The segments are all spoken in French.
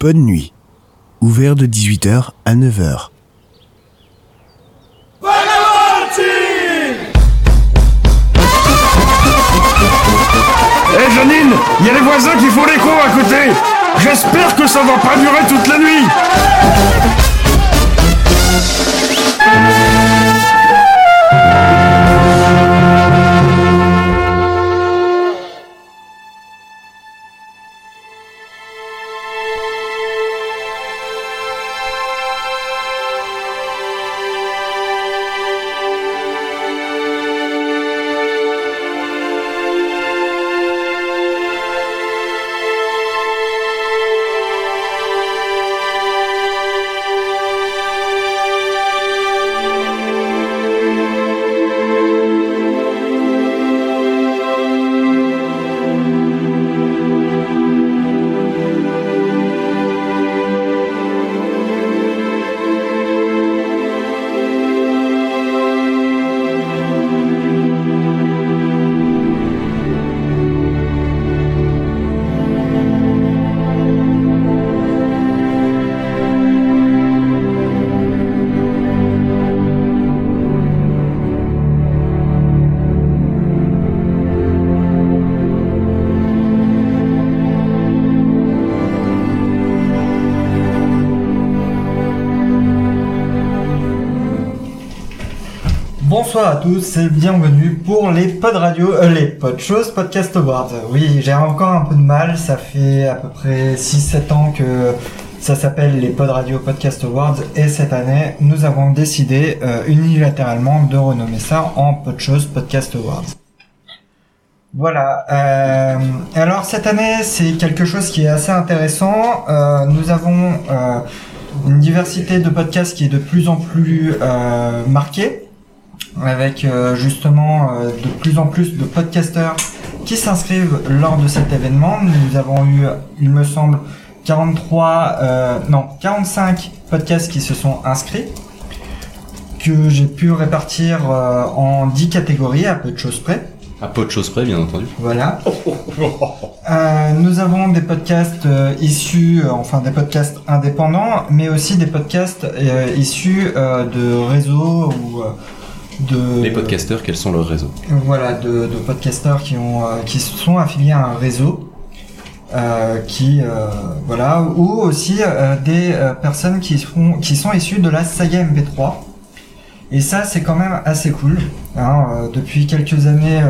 Bonne nuit. Ouvert de 18h à 9h. Hé Eh, Janine, il y a les voisins qui font l'écho à côté J'espère que ça va pas durer toute la nuit Bonsoir à tous et bienvenue pour les pod radio, euh, les pod choses, podcast awards. Oui, j'ai encore un peu de mal, ça fait à peu près 6-7 ans que ça s'appelle les pod radio, podcast awards et cette année nous avons décidé euh, unilatéralement de renommer ça en pod choses, podcast awards. Voilà, euh, alors cette année c'est quelque chose qui est assez intéressant, Euh, nous avons euh, une diversité de podcasts qui est de plus en plus euh, marquée avec euh, justement euh, de plus en plus de podcasteurs qui s'inscrivent lors de cet événement. Nous avons eu, il me semble, 43, euh, non, 45 podcasts qui se sont inscrits, que j'ai pu répartir euh, en 10 catégories à peu de choses près. À peu de choses près, bien entendu. Voilà. Euh, nous avons des podcasts euh, issus, euh, enfin des podcasts indépendants, mais aussi des podcasts euh, issus euh, de réseaux ou euh, de Les podcasteurs, quels sont leurs réseaux voilà, de, de podcasteurs qui, ont, euh, qui sont affiliés à un réseau, euh, qui, euh, voilà, ou aussi euh, des euh, personnes qui, seront- qui sont issues de la saga MP3. Et ça, c'est quand même assez cool. hein, euh, depuis quelques années, euh,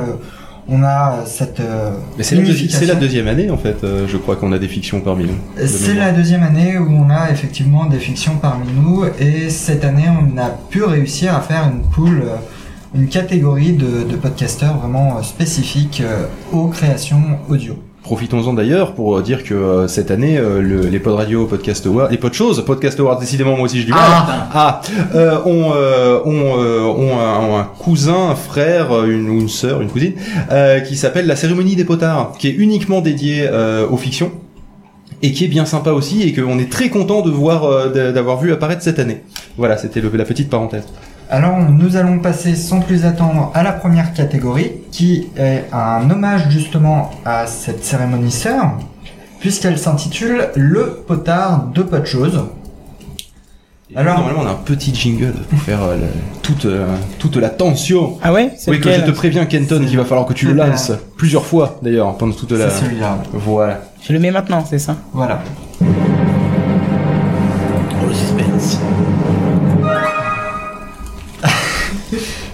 on a euh, cette. euh, Mais c'est la, deuxi- unification. c'est la deuxième année, en fait, euh, je crois qu'on a des fictions parmi nous. de C'est mémoire. la deuxième année où on a effectivement des fictions parmi nous et cette année on a pu réussir à faire une poule, euh, une catégorie de, de podcasteurs vraiment euh, spécifique euh, aux créations audio. Profitons-en d'ailleurs pour euh, dire que euh, cette année, euh, le- les pod radio, podcast awards, les pod choses, podcast awards, décidément moi aussi je dis ah, ah euh, ont, euh, ont, euh, ont un, ont un cousin, un frère, euh, une, ou une sœur, une cousine, euh, qui s'appelle la cérémonie des potards, qui est uniquement dédiée euh, aux fictions et qui est bien sympa aussi et qu'on est très content de voir euh, d'a- d'avoir vu apparaître cette année. Voilà, c'était le- la petite parenthèse. Alors nous allons passer sans plus attendre à la première catégorie qui est un hommage justement à cette cérémonie sœur puisqu'elle s'intitule Le potard de pas de choses. Et Alors- normalement on a un petit jingle pour faire euh, le- toute euh, toute la tension. Ah ouais C'est Oui, que je lequel te préviens Kenton qu'il va falloir que tu le C'est la- lances plusieurs fois d'ailleurs pendant toute la C'est celui-là. voilà. Je le mets maintenant, c'est ça Voilà.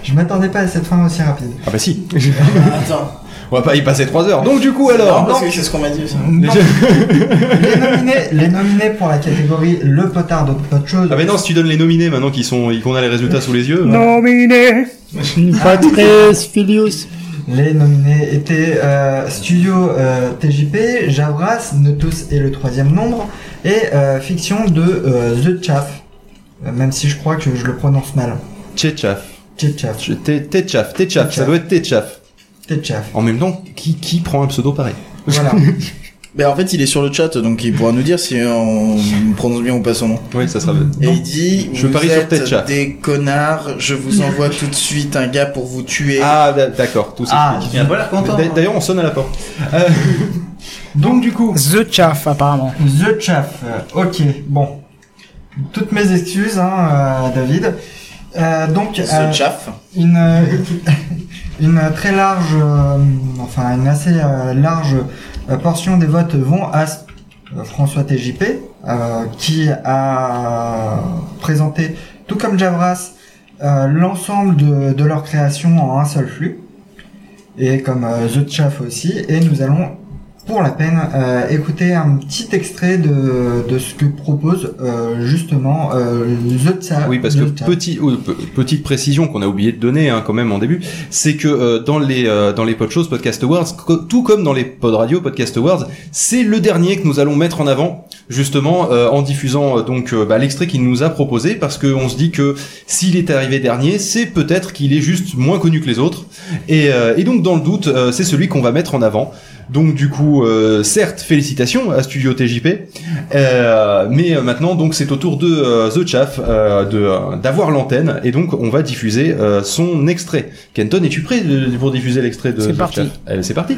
Je m'attendais pas à cette fin aussi rapide. Ah bah si, Attends, on va pas y passer 3 heures. Donc du coup alors, parce que c'est ce qu'on m'a dit aussi. Non. les, nominés, les nominés pour la catégorie Le potard de Pot chose. ah mais non, si hein. tu donnes les nominés maintenant qu'ils sont qu'on a les résultats sous les yeux. Nominé Patrice Filius. Les nominés étaient euh, Studio euh, TJP, Javras, Notus et le troisième nombre, et euh, fiction de euh, The Chaff. Euh, Même si je crois que je le prononce mal. Tchétchaf. The Chaff. Je- Té- Tétchaf, Tétchaf, ça Tétchaf. doit être Tétchaf. The Chaff. En même temps, qui qui prend un pseudo pareil Voilà. Mais Ben, en fait, il est sur le chat, donc il pourra nous dire si on prononce bien ou pas son nom. Oui, ça sera Et il dit Je vous parie sur êtes Tetcha. des connards, je vous envoie tout de suite un gars pour vous tuer. Ah d'a- d'accord, tout ça. Ah, Il a pas l'air content. hein. D'ailleurs, on sonne à la porte. Euh, Donc du coup, The Chaff, apparemment. The Chaff. euh, Ok, bon. Toutes mes excuses, hein, euh, David. Euh, donc, euh, Ce chaff. une, euh, une très large, euh, enfin une assez euh, large euh, portion des votes vont à euh, François TJP, euh, qui a présenté, tout comme Javras, euh, l'ensemble de, de leur création en un seul flux, et comme euh, The Chaff aussi, et nous allons pour la peine euh, écouter un petit extrait de, de ce que propose euh, justement euh, The Chaff. Oui, parce que The Chaff. petit, ou, pe- petite précision qu'on a oublié de donner hein, quand même en début, c'est que euh, dans les euh, dans les podcasts Podcast Awards, co- tout comme dans les pod radio, Podcast Awards, c'est le dernier que nous allons mettre en avant justement euh, en diffusant euh, donc euh, bah, l'extrait qu'il nous a proposé parce que on se dit que s'il est arrivé dernier, c'est peut-être qu'il est juste moins connu que les autres et, euh, et donc dans le doute, euh, c'est celui qu'on va mettre en avant. Donc du coup, euh, certes, félicitations à Studio TJP, euh, mais euh, maintenant, donc, c'est au tour de euh, The Chaff euh, de, euh, d'avoir l'antenne, et donc on va diffuser euh, son extrait. Kenton, es-tu prêt de- pour diffuser l'extrait de C'est The parti. Chaff Euh, C'est parti.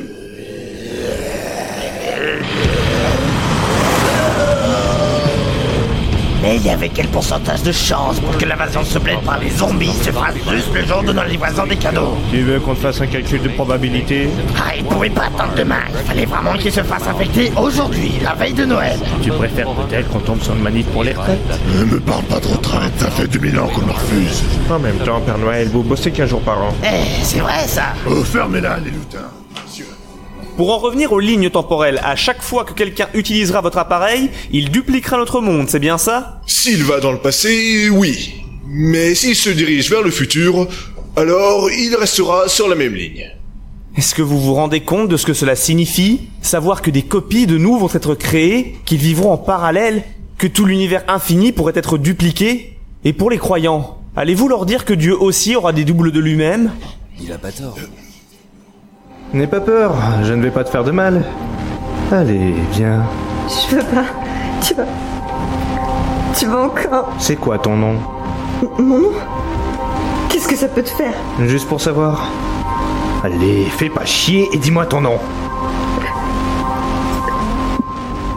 Mais il y avait quel pourcentage de chance pour que l'invasion se plaide par les zombies se fasse juste le jour de notre livraison des cadeaux Tu veux qu'on te fasse un calcul de probabilité Ah, ils pouvaient pas attendre demain. Il fallait vraiment qu'ils se fassent infecter aujourd'hui, la veille de Noël. Tu préfères peut-être qu'on tombe sur une manif pour les retraites Ne me parle pas de retraite, ça fait 2000 ans qu'on me refuse. En même temps, Père Noël, vous bossez qu'un jour par an. Eh, c'est vrai ça. Oh, fermez-la, les lutins. Monsieur. Pour en revenir aux lignes temporelles, à chaque fois que quelqu'un utilisera votre appareil, il dupliquera notre monde, c'est bien ça S'il va dans le passé, oui. Mais s'il se dirige vers le futur, alors il restera sur la même ligne. Est-ce que vous vous rendez compte de ce que cela signifie Savoir que des copies de nous vont être créées, qu'ils vivront en parallèle, que tout l'univers infini pourrait être dupliqué Et pour les croyants, allez-vous leur dire que Dieu aussi aura des doubles de lui-même N'aie pas peur, je ne vais pas te faire de mal. Allez, viens. Je veux pas. Tu vas. Tu vas encore. C'est quoi ton nom Mon nom Qu'est-ce que ça peut te faire Juste pour savoir. Allez, fais pas chier et dis-moi ton nom.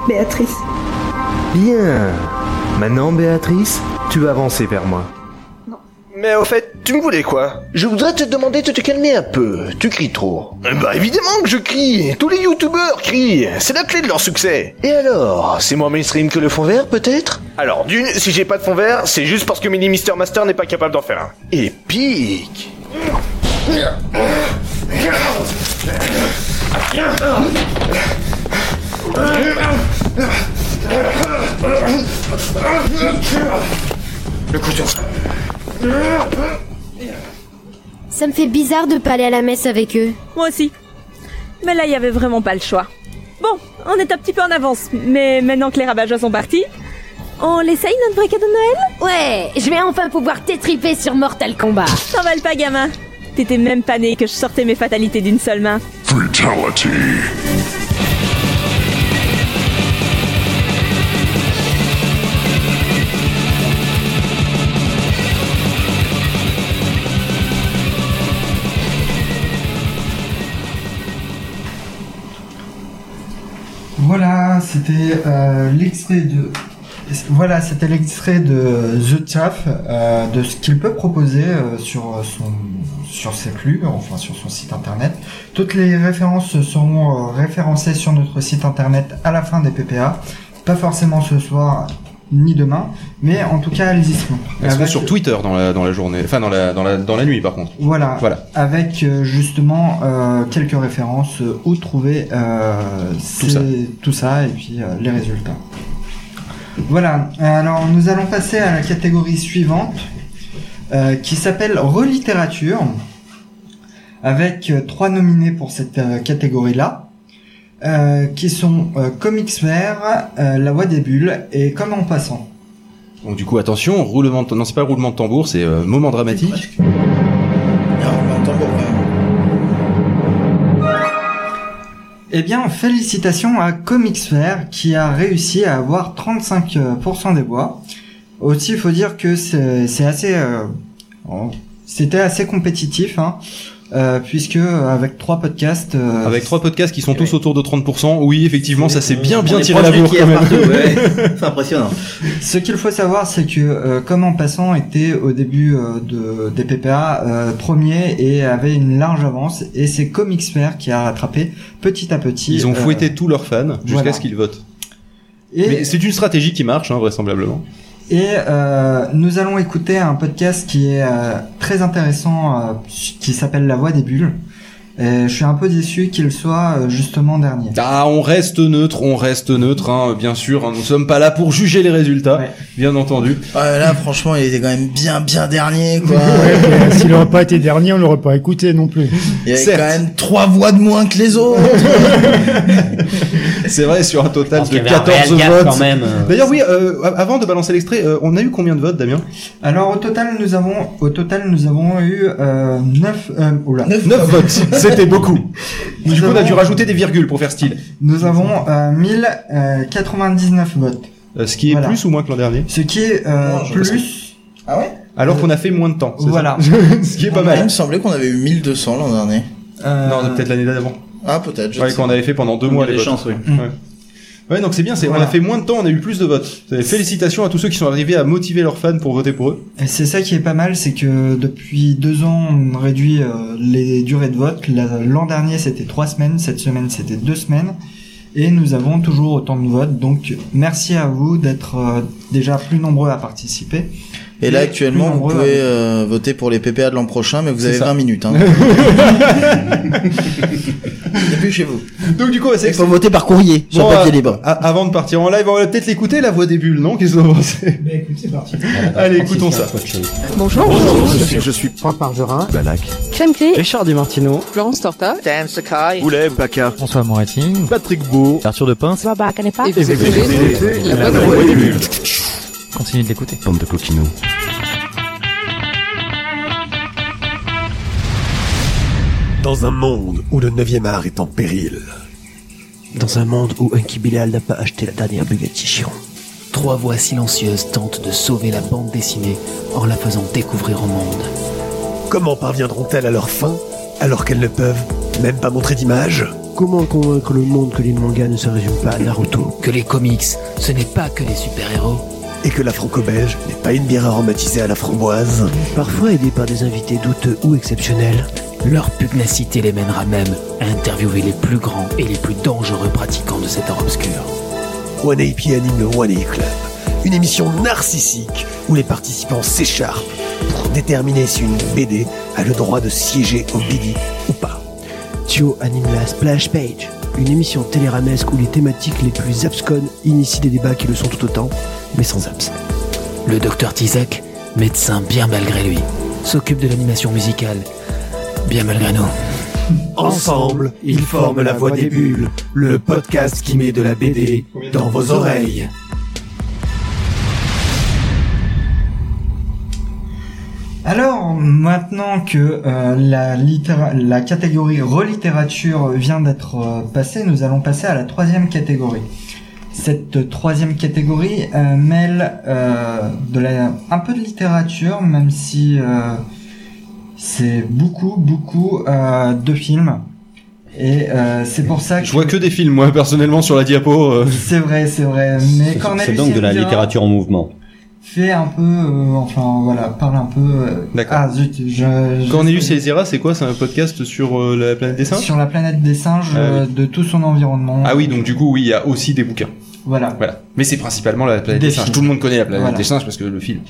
Béatrice. Bien. Maintenant, Béatrice, tu vas avancer vers moi. Mais au fait, tu me voulais quoi Je voudrais te demander de te calmer un peu. Tu cries trop. Eh ben, Bah évidemment que je crie. Tous les youtubeurs crient. C'est la clé de leur succès. Et alors C'est moins mainstream que le fond vert peut-être Alors, d'une, si j'ai pas de fond vert, c'est juste parce que Mini Mister Master n'est pas capable d'en faire un. Épique. Ça me fait bizarre de pas aller à la messe avec eux. Moi aussi. Mais là, il y avait vraiment pas le choix. Bon, on est un petit peu en avance, mais maintenant que les rabat sont partis, on l'essaye notre vrai cadeau de Noël Ouais, je vais enfin pouvoir t'étriper sur Mortal Kombat. T'en vales pas, gamin T'étais même pas né que je sortais mes fatalités d'une seule main. Fatality. Voilà, c'était euh, l'extrait de. Voilà, c'était l'extrait de The Chaff, euh, de ce qu'il peut proposer euh, sur son sur ses flux, enfin sur son site internet. Toutes les références seront euh, référencées sur notre site internet à la fin des PPA. Pas forcément ce soir ni demain, mais en tout cas elles y seront. Ah, Elles seront Avec- sur Twitter dans la dans la journée, enfin dans la dans la dans la nuit par contre. Voilà, Voilà. avec euh, justement euh, quelques références euh, où trouver euh, ces- ça. tout ça et puis euh, les résultats. Voilà, alors nous allons passer à la catégorie suivante euh, qui s'appelle Relittérature avec euh, trois nominés pour cette euh, catégorie-là euh, qui sont euh, Comics Vert, euh, La Voix des Bulles et Comme en passant. Donc du coup, attention, roulement, de- non c'est pas roulement de tambour, c'est euh, moment dramatique. Non, mais en tambour, hein. Eh bien, félicitations à Comixfair qui a réussi à avoir 35% des voix. Aussi, il faut dire que c'est c'est assez, euh, oh, c'était assez compétitif. hein. euh, puisque avec trois podcasts. euh, Avec trois podcasts qui sont tous autour de 30%, oui, effectivement, ça s'est bien, on bien est tiré la proche du bourre Kiev quand même. partout, ouais. C'est impressionnant. Ce qu'il faut savoir, c'est que euh, comme en passant était au début euh, de, des PPA euh, premier et avait une large avance, et c'est Comixper qui a rattrapé petit à petit. Ils ont euh, fouetté tous leurs fans jusqu'à voilà. ce qu'ils votent. Et- Mais c'est une stratégie qui marche, hein, vraisemblablement. Et euh, nous allons écouter un podcast qui est euh, très intéressant, euh, qui s'appelle La Voix des Bulles. Et je suis un peu déçu qu'il soit euh, justement dernier. Ah, on reste neutre, on reste neutre, hein, bien sûr. hein, nous sommes pas là pour juger les résultats, bien entendu. Oh Ouais, là, franchement, il était quand même bien, bien dernier, quoi. Ouais, S'il n'aurait pas été dernier, on l'aurait pas écouté non plus. Il y avait quand même trois voix de moins que les autres. C'est vrai, sur un total de qu'il y avait un 14 réel gap votes. quand même. D'ailleurs, oui, euh, a- avant de balancer l'extrait, euh, on a eu combien de votes, Damien Alors au total nous avons au total nous avons eu euh, 9 euh, oula. 9, votes, c'était beaucoup. Du coup, on a dû rajouter des virgules pour faire style. Nous avons euh, 1099 votes. Euh, ce qui est Voilà. plus ou moins que l'an dernier Ce qui est euh, plus Ah ouais Alors qu'on a fait moins de temps. c'est ça Voilà. ce qui est pas mal. Il me semblait qu'on avait eu 1200 l'an dernier. Euh, Non, peut-être l'année d'avant. Ah, peut-être. je Ouais, sais qu'on pas. avait fait pendant deux On mois a les des votes. chances, oui. Ouais. Ouais, donc c'est bien, c'est on Voilà. a fait moins de temps, on a eu plus de votes. C'est- Félicitations à tous ceux qui sont arrivés à motiver leurs fans pour voter pour eux. Et c'est ça qui est pas mal, c'est que depuis deux ans, on réduit euh, les durées de vote. La- L'an dernier, c'était trois semaines, cette semaine, c'était deux semaines. Et nous avons toujours autant de votes, donc merci à vous d'être euh, déjà plus nombreux à participer. Et là, plus actuellement, vous nombreux à- pouvez euh, voter pour les PPA de l'an prochain, mais vous C'est avez ça. 20 minutes. Hein. Depuis chez vous. Donc du coup, c'est faut voter par courrier, sur Bon, papier euh, libre. a- avant de partir en live, on va peut-être l'écouter, la voix des bulles, non Qu'est-ce que vous en pensez Allez, Ah, écoutons ça. Bonjour. Je suis, je suis Franck Margerin, Balak, Clem Clé, Richard Martino, Florence Torta, Dan Sakai, Boulet, Pacard, François Moretin, Patrick Beau, Arthur de Pince. Baba Kanepa, Et vous écoutez La Bonne Voix des Bulles. Continuez de l'écouter. Bande de coquinous. Dans un monde où le 9e art est en péril. Dans un monde où Unky Bilal n'a pas acheté la dernière Bugatti Chiron, trois voix silencieuses tentent de sauver la bande dessinée en la faisant découvrir au monde. Comment parviendront-elles à leur fin alors qu'elles ne peuvent même pas montrer d'image Comment convaincre le monde que les mangas ne se résument pas à Naruto Que les comics, ce n'est pas que les super-héros. Et que la franco-belge n'est pas une bière aromatisée à la framboise Parfois aidés par des invités douteux ou exceptionnels, leur pugnacité les mènera même à interviewer les plus grands et les plus dangereux pratiquants de cet art obscur. One AP anime le One A Club, une émission narcissique où les participants s'écharpent pour déterminer si une BD a le droit de siéger au Biggie ou pas. Thio anime la Splash Page, une émission téléramesque où les thématiques les plus absconnes initient des débats qui le sont tout autant, mais sans abs. Le docteur Tizak, médecin bien malgré lui, s'occupe de l'animation musicale, bien malgré nous. Ensemble, ils forment la voix des bulles, le podcast qui met de la BD dans vos oreilles. Alors, maintenant que euh, la, littéra- la catégorie relittérature vient d'être euh, passée, nous allons passer à la troisième catégorie. Cette troisième catégorie euh, mêle euh, de la, un peu de littérature, même si euh, c'est beaucoup, beaucoup euh, de films. Et euh, c'est pour ça que... Je vois que des films, moi, personnellement, sur la diapo. euh. C'est vrai, c'est vrai. Mais Cornelius C'est donc de la Elvira littérature en mouvement. Fait un peu... euh, enfin, voilà, parle un peu... euh, D'accord. Ah zut, je... je- Cornelius et Ezira, c'est quoi C'est un podcast sur euh, la planète des singes Sur la planète des singes, Ah oui. euh, de tout son environnement. Ah oui, donc du coup, oui, il y a aussi des bouquins. Voilà. Voilà. Mais c'est principalement la planète Des des, singes. films. Tout le monde connaît la planète Voilà. des singes parce que le film.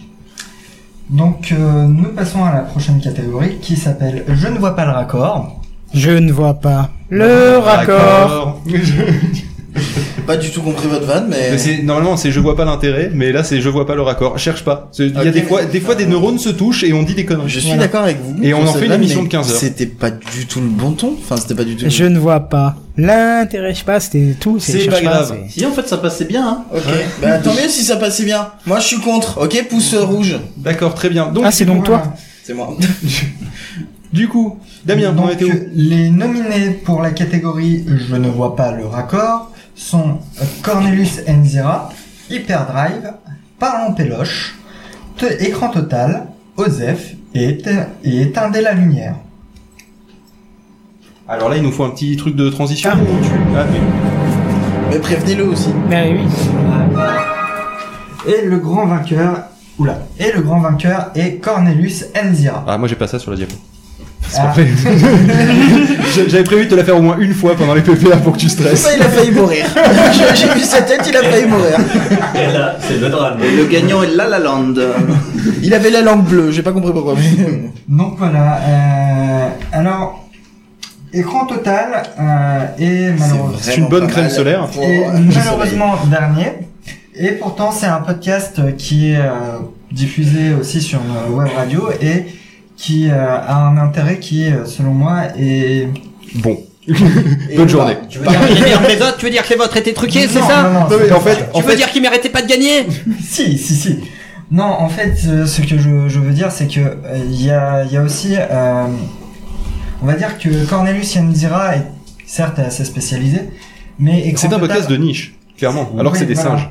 Donc euh, nous passons à la prochaine catégorie qui s'appelle Je ne vois pas le raccord. Je ne vois pas le raccord. J'ai Pas du tout compris votre vanne, mais. Mais c'est- normalement, c'est je vois pas l'intérêt, mais là, c'est je vois pas le raccord. Cherche pas. C'est- Il y a Ok. des fois, des fois, des neurones se touchent et on dit des conneries. Je suis d'accord avec vous. Et on sur en cette fait une vanne, émission mais de 15 heures. C'était pas du tout le bon ton. Enfin, c'était pas du tout. Je ne vois pas l'intérêt. Je sais pas, c'était tout. je sais c'est- Si en fait ça passait bien. Hein. Ok. Bah tant mieux si ça passait bien. Moi je suis contre. Ok, pouce euh, rouge. D'accord, très bien. Ah, c'est donc toi. C'est moi. Du coup, Damien, donc, Les nominés pour la catégorie Je ne vois pas le raccord sont euh, Cornelius Enzira, Hyperdrive, Parlons Péloche, Te- Écran Total, Osef et, Éte- et Éteindre la lumière. Alors là, il nous faut un petit truc de Ah. transition. Ah, Mais prévenez-le aussi. Mais oui. Et le grand vainqueur. Oula. Et le grand vainqueur est Cornelius Enzira. Ah, moi j'ai pas ça sur la diapo. C'est Ah. parfait. J'a- J'avais prévu de te la faire au moins une fois pendant les PPA pour que tu stresses. Ça, il a failli mourir. J'ai- J'ai vu sa tête, il a failli mourir. Et là, c'est le drame. Et le gagnant est La La Land. Il avait la langue bleue, j'ai pas compris pourquoi. mais- Donc voilà. euh, alors, écran total euh, et malheureusement. C'est une bonne crème solaire. Et Pour- malheureusement dernier. Et pourtant, c'est un podcast qui est euh, diffusé aussi sur une web radio et qui euh, a un intérêt qui, euh, selon moi, est bah, bon. Bonne journée. Tu veux dire, tu veux dire que les autres, tu veux dire que les vôtres étaient truqués, c'est Non, ça non, non, Non, mais c'est- en fait- tu en veux fait- dire qu'ils méritaient pas de gagner si, si, si. Non, en fait, euh, ce que je, je veux dire, c'est que euh, il y, a, il y a aussi. euh, on va dire que Cornelius Yandira est certes assez spécialisé, mais. écran C'est un total- podcast de niche, clairement. Alors que Oui, c'est des voilà. singes.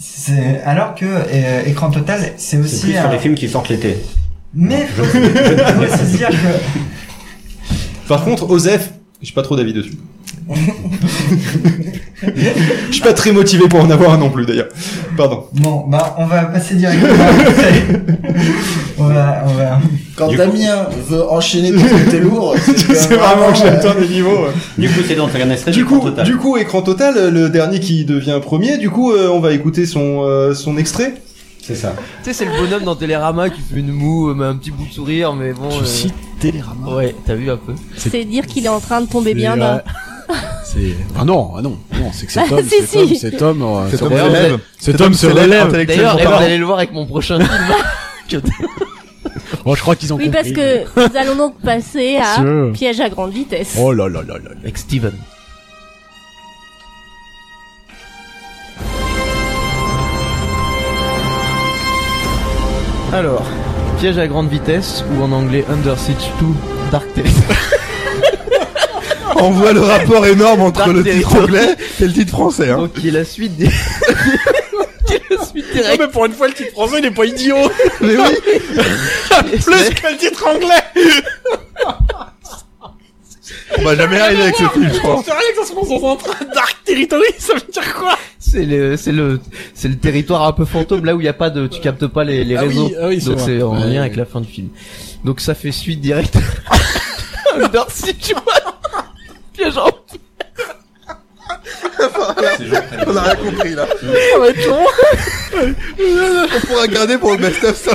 C'est- Alors que euh, Écran Total, c'est C'est aussi. plus sur hein. un- les films qui sortent l'été. Mais faut, faut aussi se dire hein. que. Par contre, Osef, j'ai pas trop d'avis dessus. Je suis pas très motivé pour en avoir un non plus d'ailleurs. Pardon. Bon, bah, on va passer directement. on va, on va. Quand Damien veut enchaîner des trucs lourds, C'est vraiment que j'atteins des niveaux. euh. Du coup, c'est dans un espèce Du coup, total. du coup, écran total, euh, le dernier qui devient premier. Du coup, euh, on va écouter son, euh, son extrait. C'est ça. Tu sais, c'est le bonhomme dans Télérama qui fait une moue, euh, mais un petit bout de sourire, mais bon. Tu cites Télérama Ouais, t'as vu un peu. C'est dire qu'il est en train de tomber bien C'est- bas. C'est. Ah non, ah non, non, c'est que cet Ah, homme, si, cet si. homme, cet homme, euh, Cet se homme relève. s'élève. Cet homme se relève. D'ailleurs, eh ben, intellectuellement allez le voir avec mon prochain film. parlant. Bon, Oh, je crois qu'ils ont Oui, parce compris. que nous allons donc passer à Monsieur. piège à grande vitesse. Oh là là là là. Avec Steven. Alors, piège à grande vitesse ou en anglais Under Siege 2 Dark Territory. On voit le rapport énorme entre Dark le titre Territory. anglais et le titre français. Hein. Qui est la suite des. Non, mais pour une fois, le titre français, il est pas idiot. Mais oui. Plus que le titre anglais. On va jamais Ah, arriver avec ce film, je crois. C'est rien que ça se concentre entre Dark Territory, ça veut dire quoi C'est le, c'est le, c'est le territoire un peu fantôme là où il y a pas de, tu captes pas les, les Ah oui, réseaux. ah oui, c'est Donc vrai. c'est en Ouais, ouais. lien avec la fin du film. Donc ça fait suite directe. Ah, Merci, tu vois. Piège en On a rien compris là. Ça va être long. On pourra garder pour le best-of ça.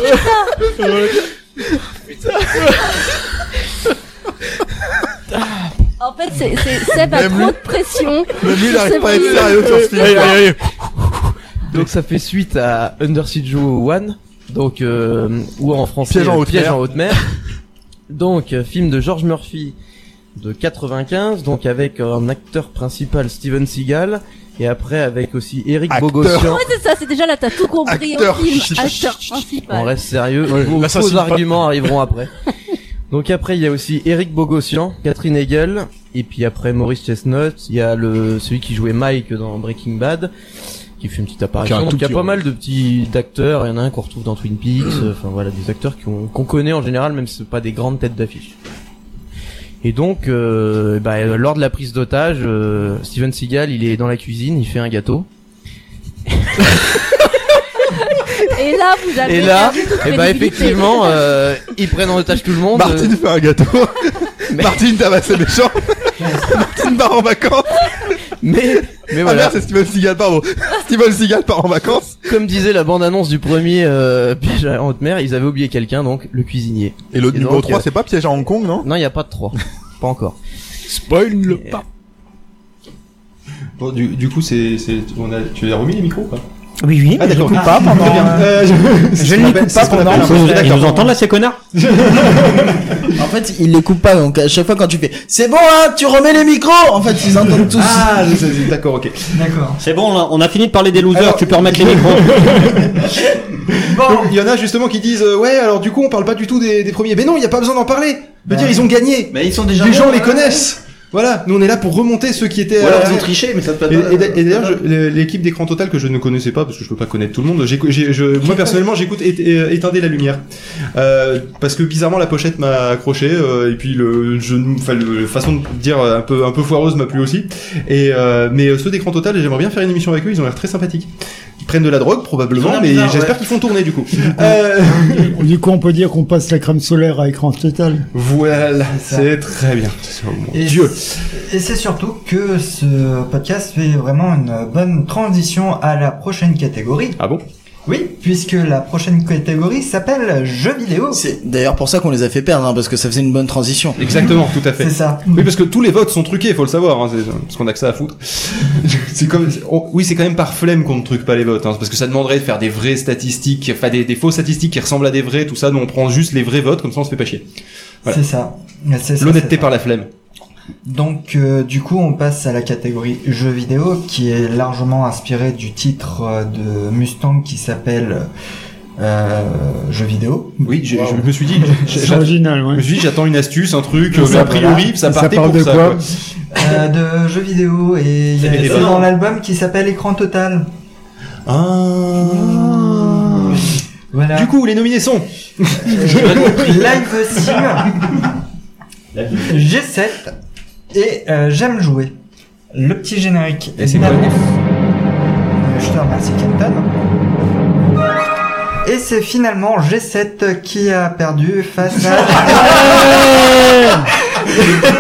En fait, c'est, c'est, Seb a Même trop lui- de pression. Même lui, il arrive pas à être sérieux sur ce film. Allez, allez, allez. Donc ça fait suite à Under Siege 1, donc euh, ou en français Piège en euh, haute mer. mer. Donc euh, film de George Murphy de 95, donc avec euh, en acteur principal Steven Seagal et après avec aussi Eric Bogossian. Ouais, c'est ça, c'est déjà là, t'as tout compris Acteur. au film. Chut, chut, Acteur On principal. reste sérieux. Ouais, Vos l'assassin faux pas- arguments arriveront après. Donc après, il y a aussi Eric Bogossian, Catherine Hegel, et puis après Maurice Chestnut. Il y a le celui qui jouait Mike dans Breaking Bad, qui fait une petite apparition. Qui a un Donc tout il y a petit pas rôle. mal de petits d'acteurs. Il y en a un qu'on retrouve dans Twin Peaks. Enfin voilà, des acteurs qui ont- qu'on connaît en général, même si c'est pas des grandes têtes d'affiche. Et donc, euh, bah, euh, lors de la prise d'otage, euh, Steven Seagal, il est dans la cuisine, il fait un gâteau. Et là, vous avez. Et là, perdu toute et bah crédibilité. effectivement, euh, ils prennent en otage tout le monde. euh. Martine fait un gâteau. Martine tabasse les méchants. Martine part en vacances. Mais, mais voilà. Ah merde, c'est Steven Seagal, pardon. Steven Seagal part en vacances. Comme disait la bande-annonce du premier euh, piège à haute mer, ils avaient oublié quelqu'un, donc le cuisinier. Et l'autre numéro 3, c'est pas piège à Hong Kong, non Non, il n'y a pas de 3. pas encore. euh, Spoil le pas. Bon, du, du coup, c'est, c'est, on a, tu les as remis les micros ou pas Ah, Oui, oui, mais je d'accord. ne coupe pas pendant. Très bien. Euh, je- je ne c'est ce qu'on l'écoute appelle- pas c'est ce qu'on pendant. appelle un projet Ils d'accord. nous entendent là, ces connards En fait, il les coupe pas, donc à chaque fois quand tu fais c'est bon, hein, tu remets les micros, en fait, ils entendent tous. Ah, je sais, d'accord, ok. D'accord. C'est bon, là, on a fini de parler des losers, tu peux remettre les micros. Donc, Il y en a justement qui disent euh, ouais alors du coup on parle pas du tout des, des premiers mais non il y a pas besoin d'en parler je veux dire ils ont gagné Bah mais ils sont déjà les gens bons, les hein. connaissent Voilà, nous on est là pour remonter ceux qui étaient. euh, Ou alors à ils ont l'arrière. triché, mais ça te- Et, et d'a- et d'ailleurs, je- le- l'équipe d'écran total que je ne connaissais pas parce que je peux pas connaître tout le monde. j'écou- j'ai- je- moi personnellement, j'écoute Éte- euh, éteindre la lumière Euh, parce que bizarrement la pochette m'a accroché euh, et puis le, je, enfin, le- la façon de dire euh, un peu un peu foireuse m'a plu aussi. Et euh, mais euh, ceux d'écran total, j'aimerais bien faire une émission avec eux. Ils ont l'air très sympathiques. Ils prennent de la drogue probablement, mais j'espère qu'ils font tourner du coup. Euh, Du coup, on peut dire qu'on passe la crème solaire à écran total. Voilà, C'est ça. c'est très bien. C'est- oh mon Et Dieu. c'est- Et c'est surtout que ce podcast fait vraiment une bonne transition à la prochaine catégorie. Ah bon Oui, puisque la prochaine catégorie s'appelle jeux vidéo. C'est d'ailleurs pour ça qu'on les a fait perdre, hein, parce que ça faisait une bonne transition. Exactement, tout à fait. C'est ça. Oui, parce que tous les votes sont truqués, il faut le savoir, hein, c'est- parce qu'on a que ça à foutre. c'est comme, on- oui, c'est quand même par flemme qu'on ne truque pas les votes, hein, parce que ça demanderait de faire des vraies statistiques, enfin des, des fausses statistiques qui ressemblent à des vraies, tout ça. Nous, on prend juste les vrais votes, comme ça, on se fait pas chier. Voilà. C'est ça. C'est ça, L'honnêteté c'est ça. par la flemme. Donc euh, du coup on passe à la catégorie jeux vidéo qui est largement inspirée du titre euh, de Mustang qui s'appelle euh, jeux vidéo. Oui, je, me suis dit, C'est original, ouais. Je me suis dit, j'attends une astuce, un truc, euh, Ça, mais a voilà. priori, ça Ça partait parle pour de ça. quoi quoi. Euh, de jeux vidéo et il y a- C'est des c'est débats. dans l'album qui s'appelle Écran Total. Voilà. Du coup, les nominés sont Live Sim, G7 et euh, J'aime jouer. Le petit générique. Et c'est Nap- Euh, Je te remercie, Kenton. Et c'est finalement G7 qui a perdu face à.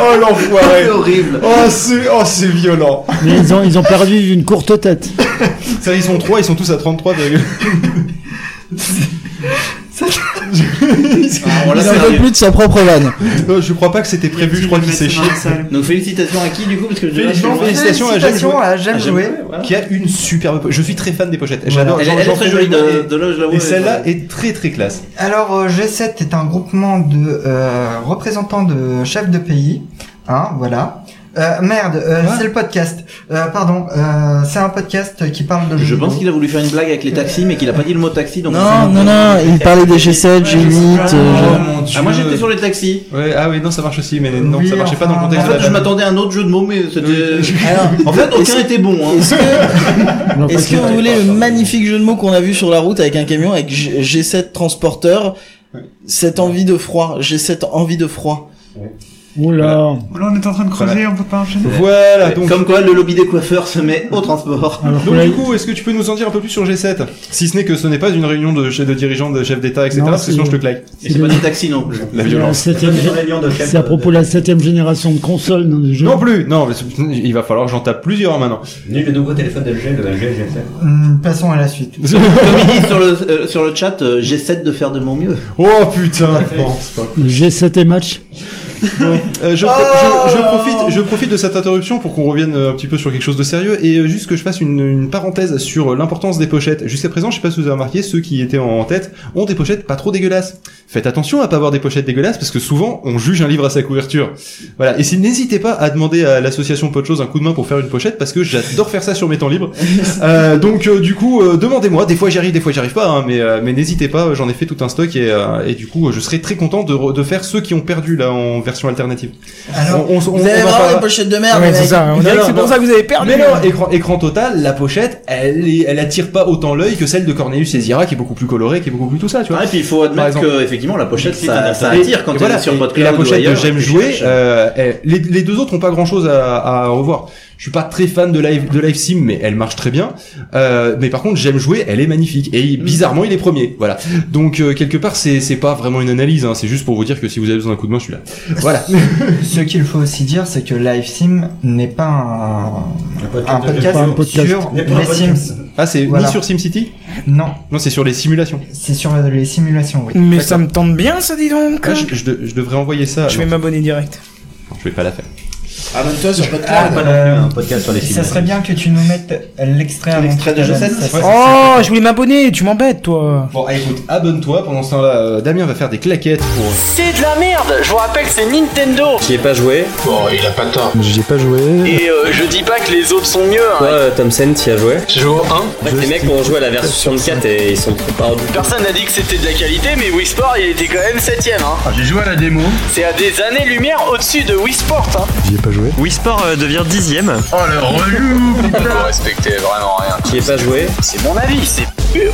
oh l'enfoiré C'est horrible. Oh c'est oh, c'est violent Mais ils ont, ils ont perdu d'une courte tête. Ça, ils sont trois, ils sont tous à 33, virgule. Ah, Ah, Il en veut plus de sa propre vanne. Non, Euh, je crois pas que c'était prévu, je crois qu'il s'est chié. Donc félicitations à qui du coup parce que je Félicitations, félicitations à Jeanne Félicitations Jouet, à Jeanne Jouet, voilà. qui a une superbe. po- Je suis très fan des pochettes. Voilà. J'adore. Elle- j'en- elle est j'en très fais jolie maintenant, de- et- de loge, là, ouais, Et celle-là ouais. est très très classe. Alors euh, G7 est un groupement de euh, représentants de chefs de pays. Hein, voilà. Euh, merde, euh, c'est le podcast. Euh, pardon, euh, c'est un podcast qui parle de jeux Je pense vidéo. qu'il a voulu faire une blague avec les taxis mais qu'il a pas dit le mot taxi donc. Non, non, non, il parlait des G7, G8. Oh, euh, Ah, moi j'étais sur les taxis. Ouais, ah oui, non, ça marche aussi, mais non, Oui, ça marchait pas dans le En contexte de fait, la je vanne. m'attendais à un autre jeu de mots, mais c'était. Alors, en fait, est-ce- aucun était bon. hein. Est-ce que vous voulez le magnifique jeu de mots qu'on a vu sur la route avec un camion avec G- G7 transporteur Cette envie de froid, G7 envie de froid. Oula. Là, on est en train de creuser, on peut pas enchaîner. Voilà, donc. Comme quoi, le lobby des coiffeurs se met au transport. Donc du coup, est-ce que tu peux nous en dire un peu plus sur G7 Si ce n'est que ce n'est pas une réunion de, chefs- de dirigeants, de chefs d'État, etc. Non, parce que sinon c'est- je te claque. Et c'est pas des taxis non plus. La C'est violence. la septième gé- C'est à propos de la septième génération de consoles dans le jeu. Non plus, non, mais c'est- il va falloir que j'en tape plusieurs maintenant. Nul le nouveau téléphone d'LG, le LG G7. Hmm, passons à la suite. Comme il dit sur le, euh, sur le chat, euh, j'essaie de faire de mon mieux. Oh putain Le G7 et match. Euh, je, pro- je- Oh je profite, je profite de cette interruption pour qu'on revienne euh, un petit peu sur quelque chose de sérieux et euh, juste que je fasse une, une parenthèse sur euh, l'importance des pochettes. Jusqu'à présent, je sais pas si vous avez remarqué, ceux qui étaient en tête ont des pochettes pas trop dégueulasses. Faites attention à pas avoir des pochettes dégueulasses parce que souvent on juge un livre à sa couverture. Voilà. Et si n'hésitez pas à demander à l'association Pot de choses un coup de main pour faire une pochette parce que j'adore faire ça sur mes temps libres. Euh, donc euh, du coup, euh, demandez-moi. Des fois j'y arrive, des fois j'y arrive pas. hein, mais euh, mais n'hésitez pas. J'en ai fait tout un stock et, euh, et du coup, euh, je serais très content de, re- de faire ceux qui ont perdu là en version alternative. Alors, on, vous avez en vraiment parlera. des pochettes de merde, Ouais, les c'est mecs. ça, hein. on Non, dirait que non, c'est pour non. ça que vous avez perdu. hein. Mais non, écran, écran total, la pochette, elle, est- elle attire pas autant l'œil que celle de Cornelius et Zira qui est beaucoup plus colorée, qui est beaucoup plus tout ça, tu vois. Ah, et puis il faut Par admettre exemple. que effectivement la pochette Et- ça, ça et- attire quand et elle voilà, est sur et- votre et la cloud ou pochette de ailleurs. J'aime jouer, euh, elle- les, les deux autres ont pas grand chose à, à revoir. Je suis pas très fan de live, de live sim, mais elle marche très bien. Euh, mais par contre, j'aime jouer, elle est magnifique. Et Mm. il- bizarrement, il est premier. Voilà. Donc, euh, quelque part, c'est c'est pas vraiment une analyse, hein, c'est juste pour vous dire que si vous avez besoin d'un coup de main, je suis là. Voilà. Ce qu'il faut aussi dire, c'est que Live Sim n'est pas un, un de podcast, jeux vidéo. sur N'est les pas un podcast. Sims. Ah, c'est ni sur SimCity Non. Non, c'est sur les simulations. C'est sur les simulations, oui. Mais ça me tente bien, ça, dis donc. Ah, je, je de- je devrais envoyer ça. Je vais Non, m'abonner direct. je vais pas la faire. Abonne-toi sur Podcloud. bah, Ah, euh, podcast sur les Ça serait bien que tu nous mettes l'extrait avant L'extrait que de tu G7, donnes, ça ça serait- serait- Oh, je voulais m'abonner, tu m'embêtes, toi. Bon, ah, écoute, abonne-toi. Pendant ce temps-là, euh, Damien va faire des claquettes pour. C'est de la merde, je vous rappelle c'est Nintendo. J'y ai pas joué. Bon, il a pas tort. J'y ai pas joué. Et euh, je dis pas que les autres sont mieux. hein. Toi, euh, Tom Sen, t'y as joué Je joue 1. les mecs ont joué à la version 4 et ils sont trop perdus. Personne n'a dit que c'était de la qualité, mais Wii Sport il était quand même 7ème. Hein. J'ai joué à la démo. C'est à des années-lumière au-dessus de Wii Sport. Hein. J'y ai pas joué. joué. Wisport euh, devient dixième. Oh le relou Vous respectez vraiment rien. Qui est pas joué C'est mon avis, c'est.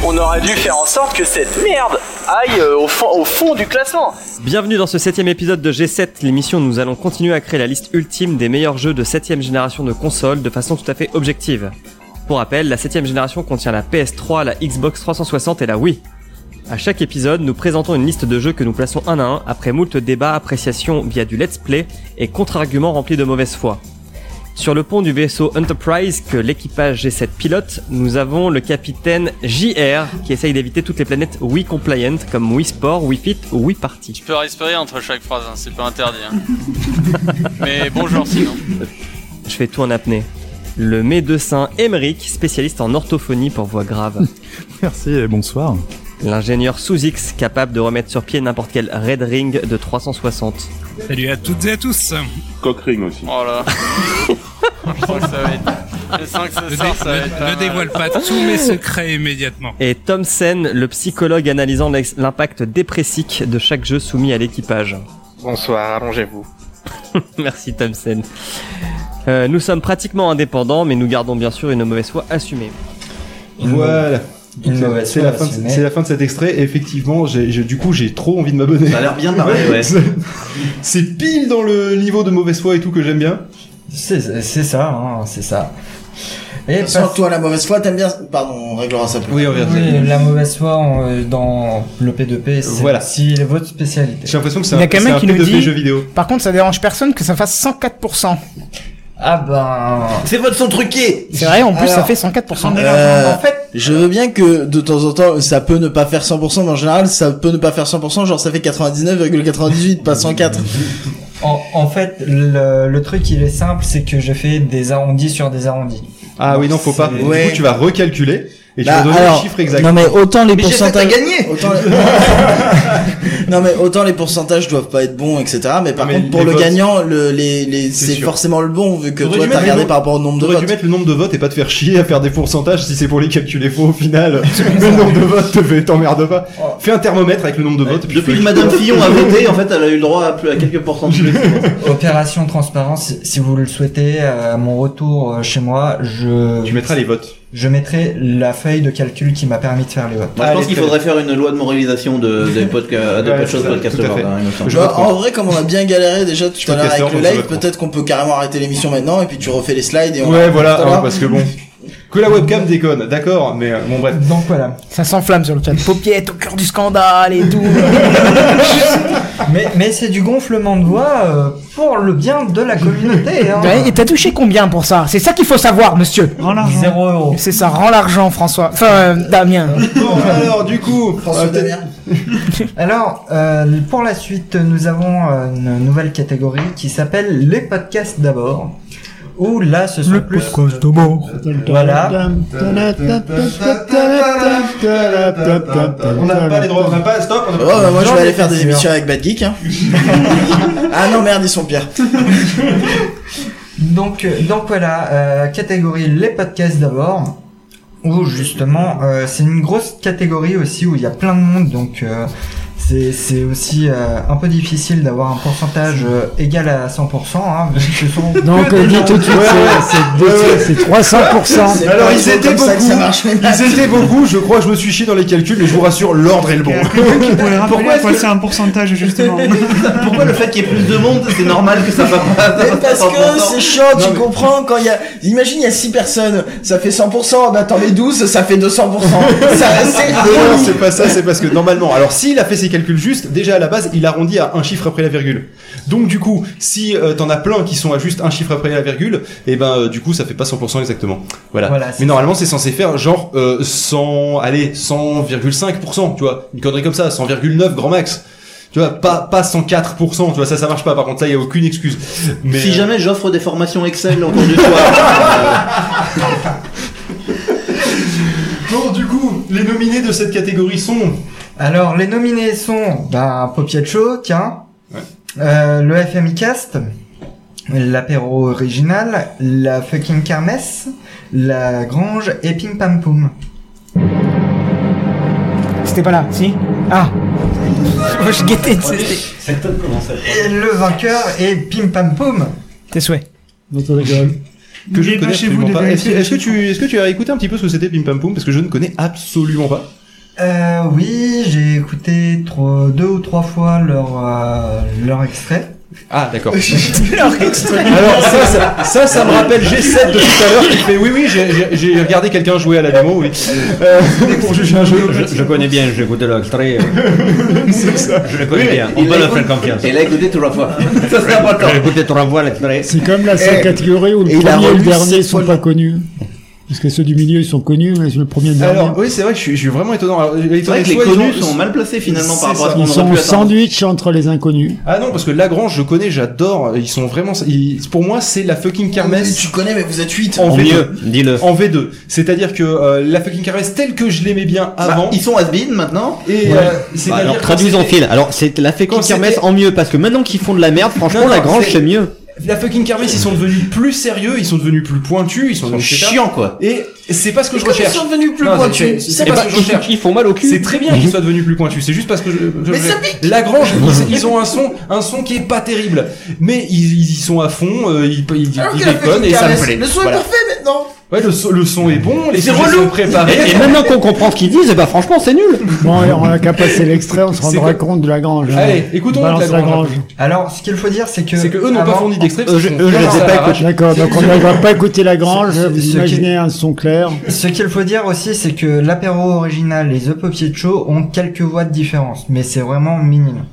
On aurait dû faire en sorte que cette merde aille euh, au, fond, au fond du classement. Bienvenue dans ce septième épisode de G7, l'émission où nous allons continuer à créer la liste ultime des meilleurs jeux de septième génération de consoles de façon tout à fait objective. Pour rappel, la septième génération contient la PS3, la Xbox 360 et la Wii. À chaque épisode, nous présentons une liste de jeux que nous plaçons un à un après moult débats, appréciations via du let's play et contre-arguments remplis de mauvaise foi. Sur le pont du vaisseau Enterprise que l'équipage G7 pilote, nous avons le capitaine JR qui essaye d'éviter toutes les planètes Wii compliant comme Wii Sport, Wii Fit ou Wii Party. Tu peux respirer entre chaque phrase, hein, c'est pas interdit. hein. Mais bonjour sinon. Je fais tout en apnée. Le médecin Emeric, spécialiste en orthophonie pour voix grave. Merci et bonsoir. L'ingénieur Sous-X, capable de remettre sur pied n'importe quel Red Ring de 360. Salut à toutes et à tous. Cockring aussi. Oh là. Je sens que ça va être. Je sens que ce Ne, soir, dé- ça va ne- être. ne pas mal. dévoile pas tous mes secrets immédiatement. Et Tom Sen, le psychologue analysant l'ex- l'impact dépressique de chaque jeu soumis à l'équipage. Bonsoir, allongez-vous. Merci Tom Sen. Euh, nous sommes pratiquement indépendants, mais nous gardons bien sûr une mauvaise foi assumée. Voilà. Une C'est- mauvaise C'est foi la, fin de- assumée. c'est la fin de cet extrait. Et effectivement, j'ai- j'ai- du coup, j'ai trop envie de m'abonner. Ça a l'air bien de marrer, ouais. C'est- C'est pile dans le niveau de mauvaise foi et tout que j'aime bien. C'est c'est ça, hein, c'est ça. Et Sans toi, la mauvaise foi, t'aimes bien. Pardon, on réglera ça plus. Oui, on tard. Oui, la mauvaise foi en- euh, dans le P2P, c'est Voilà. aussi votre spécialité. J'ai l'impression que Il y a quand même qui nous dit. Par contre, ça dérange personne que ça fasse 104%. Ah bah. ben. Ces votes sont truqués. C'est vrai, en plus, Alors, ça fait 104%. Euh, je veux bien que de temps en temps ça peut ne pas faire 100%, mais en général ça peut ne pas faire 100%, genre ça fait 99,98, pas 104. En, en fait, le, le truc il est simple, c'est que je fais des arrondis sur des arrondis. Ah oui, non, faut pas. Du coup, tu vas recalculer et tu Bah, vas donner alors, le chiffre exact. Non mais autant les Mais j'ai fait pourcentages. ta gagnée autant non mais autant les pourcentages doivent pas être bons, etc. Mais par Non, mais contre pour les le votes, gagnant, le, les, les, c'est c'est sûr. forcément le bon vu que T'aurais toi dû t'as mettre regardé les par rapport au nombre de T'aurais dû votes. mettre le nombre de votes et pas te faire chier à faire des pourcentages si c'est pour les calculer faux au final. le nombre de votes te fait, t'emmerde pas. Oh. Fais un thermomètre avec le nombre de votes. puis Depuis fais- que Madame Fillon a voté, en fait elle a eu le droit à, plus- à quelques pourcentages. Opération transparence, si vous le souhaitez, à mon retour euh, chez moi, je. Tu mettras les votes. Je mettrai la feuille de calcul qui m'a permis de faire les votes. Moi, je pense qu'il faudrait faire une loi de moralisation de, des euh, podca- de Ouais, pas de c'est choses ça, podcast tout à fait. Award, hein, il me semble. Je Bah, vote en contre. vrai, comme on a bien galéré déjà tout à l'heure podcasteur, avec le donc je live, vote contre. peut-être qu'on peut carrément arrêter l'émission maintenant et puis tu refais les slides et on. Ouais, voilà, tout à hein, l'heure. parce que bon. Que la webcam déconne, d'accord, mais euh, bon, bref. Donc voilà. Ça s'enflamme sur le chat. Paupiette au cœur du scandale et tout. Mais, mais c'est du gonflement de voix euh, pour le bien de la communauté. Bah, Hein. Ouais, et t'as touché combien pour ça C'est ça qu'il faut savoir, monsieur. Rends l'argent. Zéro euro. C'est ça, rends l'argent, François. Enfin, euh, Damien. Bon, alors, du coup. François euh, peut-être- Damien. Alors, euh, pour la suite, nous avons euh, une nouvelle catégorie qui s'appelle les podcasts d'abord. Où là, ce sont plus. euh, Voilà. On n'a pas les droits, on n'a pas. Stop, on n'a Oh, pas- bah, moi je Jean vais aller Lévy, faire des sûr. émissions avec Bad Geek. Hein. ah non, merde, ils sont pires. Donc, euh, donc voilà, euh, catégorie les podcasts d'abord. Où justement, euh, c'est une grosse catégorie aussi où il y a plein de monde. Donc, euh, c'est c'est aussi euh, un peu difficile d'avoir un pourcentage euh, égal à 100%. Hein, vu que ce sont Donc, que des dis gens- tout de suite, Ouais, c'est- c'est ouais, deux- ouais. c'est 300%. C'est Alors pas ils trop étaient comme beaucoup, ça que ça marche, les maths. ils étaient beaucoup, je crois que je me suis chié dans les calculs, mais je vous rassure, l'ordre est le bon. Quelqu'un qui pourrait rappeler Pourquoi à est-ce quoi que- c'est un pourcentage justement. Pourquoi le fait qu'il y ait plus de monde, c'est normal que ça va pas Mais parce que c'est chiant, tu comprends quand il y a imagine il y a 6 personnes, ça fait 100%, bah t'en mets 12, ça fait 200%. ça c'est Non, non, c'est pas ça, c'est parce que normalement, alors s'il a fait ses calculs justes, déjà à la base, il arrondit à un chiffre après la virgule. Donc du coup, si euh, t'en as plein qui sont à juste un chiffre après la virgule, et ben euh, du coup, ça fait pas 100% exactement. Voilà. Mais normalement, c'est censé faire genre euh, 100, allez, 100,5%, tu vois, une connerie comme ça, 100,9 grand max. Tu vois, pas pas 104%, tu vois, ça ça marche pas. Par contre, là, il y a aucune excuse. Mais Si euh, jamais j'offre des formations Excel en cours du soir. Bon, du coup, les nominés de cette catégorie sont. Alors, les nominés sont bah, Popiet Show, tiens, Euh, le FMI Cast, l'apéro original, la fucking kermesse, la grange et Pim Pam Poum. C'était pas là, si Ah Je guettais. tu sais. Et le vainqueur est Pim Pam Poum. Tes souhaits. dans ta gueule. que je ne connais absolument pas. Est-ce que, est-ce que tu, est-ce que tu as écouté un petit peu ce que c'était Pim Pam Poum Parce que je ne connais absolument pas. Euh, oui, j'ai écouté trois- deux ou trois fois leur, euh, leur extrait. Ah, d'accord. leur extrait Alors ça, ça, ça, ça me rappelle G7 de tout à l'heure qui fait oui, oui, j'ai- j'ai j'ai regardé quelqu'un jouer à la démo, oui. Euh, pour juger un jeu. Je, je connais bien, j'ai écouté l'extrait. C'est ça. Je le connais bien, on Il peut l'a leur faire écouté- confiance. il l'a écouté trois fois. Ça, c'est important. J'ai écouté trois fois l'extrait. C'est comme la seule Eh, catégorie où le et il a premier et le relu dernier sept sont pas connus. Parce que ceux du milieu ils sont connus, mais le premier et le dernier. Alors oui, c'est vrai que je suis, je suis vraiment étonnant. Alors, les vrai que les connus sont mal placés, finalement, par rapport à ce qu'on Ils aurait sont pu attendre. sandwich entre les inconnus. Ah non, parce que Lagrange, je connais, j'adore. Ils sont vraiment. ils- pour moi, c'est la fucking kermesse. Tu connais, mais vous êtes 8. En, En V2. mieux, dis-le. En V2. C'est-à-dire que euh, la fucking kermesse, telle que je l'aimais bien avant. ils sont has maintenant. Et euh, c'est-à-dire Bah, alors, quand traduisons c'était- fil. Alors, c'est la Quand fécond kermesse c'était- en mieux, parce que maintenant qu'ils font de la merde, franchement, Non, non, la grange, c'est- c'est mieux. La fucking kermesse, ils sont devenus plus sérieux, ils sont devenus plus pointus, ils sont, devenus chiants, quoi. Et c'est pas ce que je Comment ils recherche. sont devenus plus Non, pointus C'est c'est Eh pas ben, ce que je recherche. Ils font mal au cul. C'est très bien qu'ils soient devenus plus pointus. C'est juste parce que je, je- Mais je- ça pique Lagrange, ils, ils ont un son, un son qui est pas terrible, mais ils, ils y sont à fond, euh, ils, ils, Ah, Alors ils que la déconnent fucking et ça me caresse, plaît. Le son Voilà. est parfait maintenant. Ouais, le, so- le son est bon, les C'est sujets relou. sont préparés. Et maintenant qu'on comprend ce qu'ils disent, et bah franchement, c'est nul. Bon, alors, on n'a qu'à passer l'extrait, on se C'est rendra que- compte de la grange. hein. Allez, écoutons Balance Lagrange. Alors, ce qu'il faut dire, c'est que. C'est que eux n'ont pas avant- fourni d'extrait. Euh, je- eux, je les ai Ah, la pas vache. écoutés. D'accord, donc on ne va pas écouter la grange, Ce- vous ce qui- imaginez un son clair. Ce qu'il faut dire aussi, c'est que l'apéro original et The Puppet Show ont quelques voix de différence, mais c'est vraiment minime.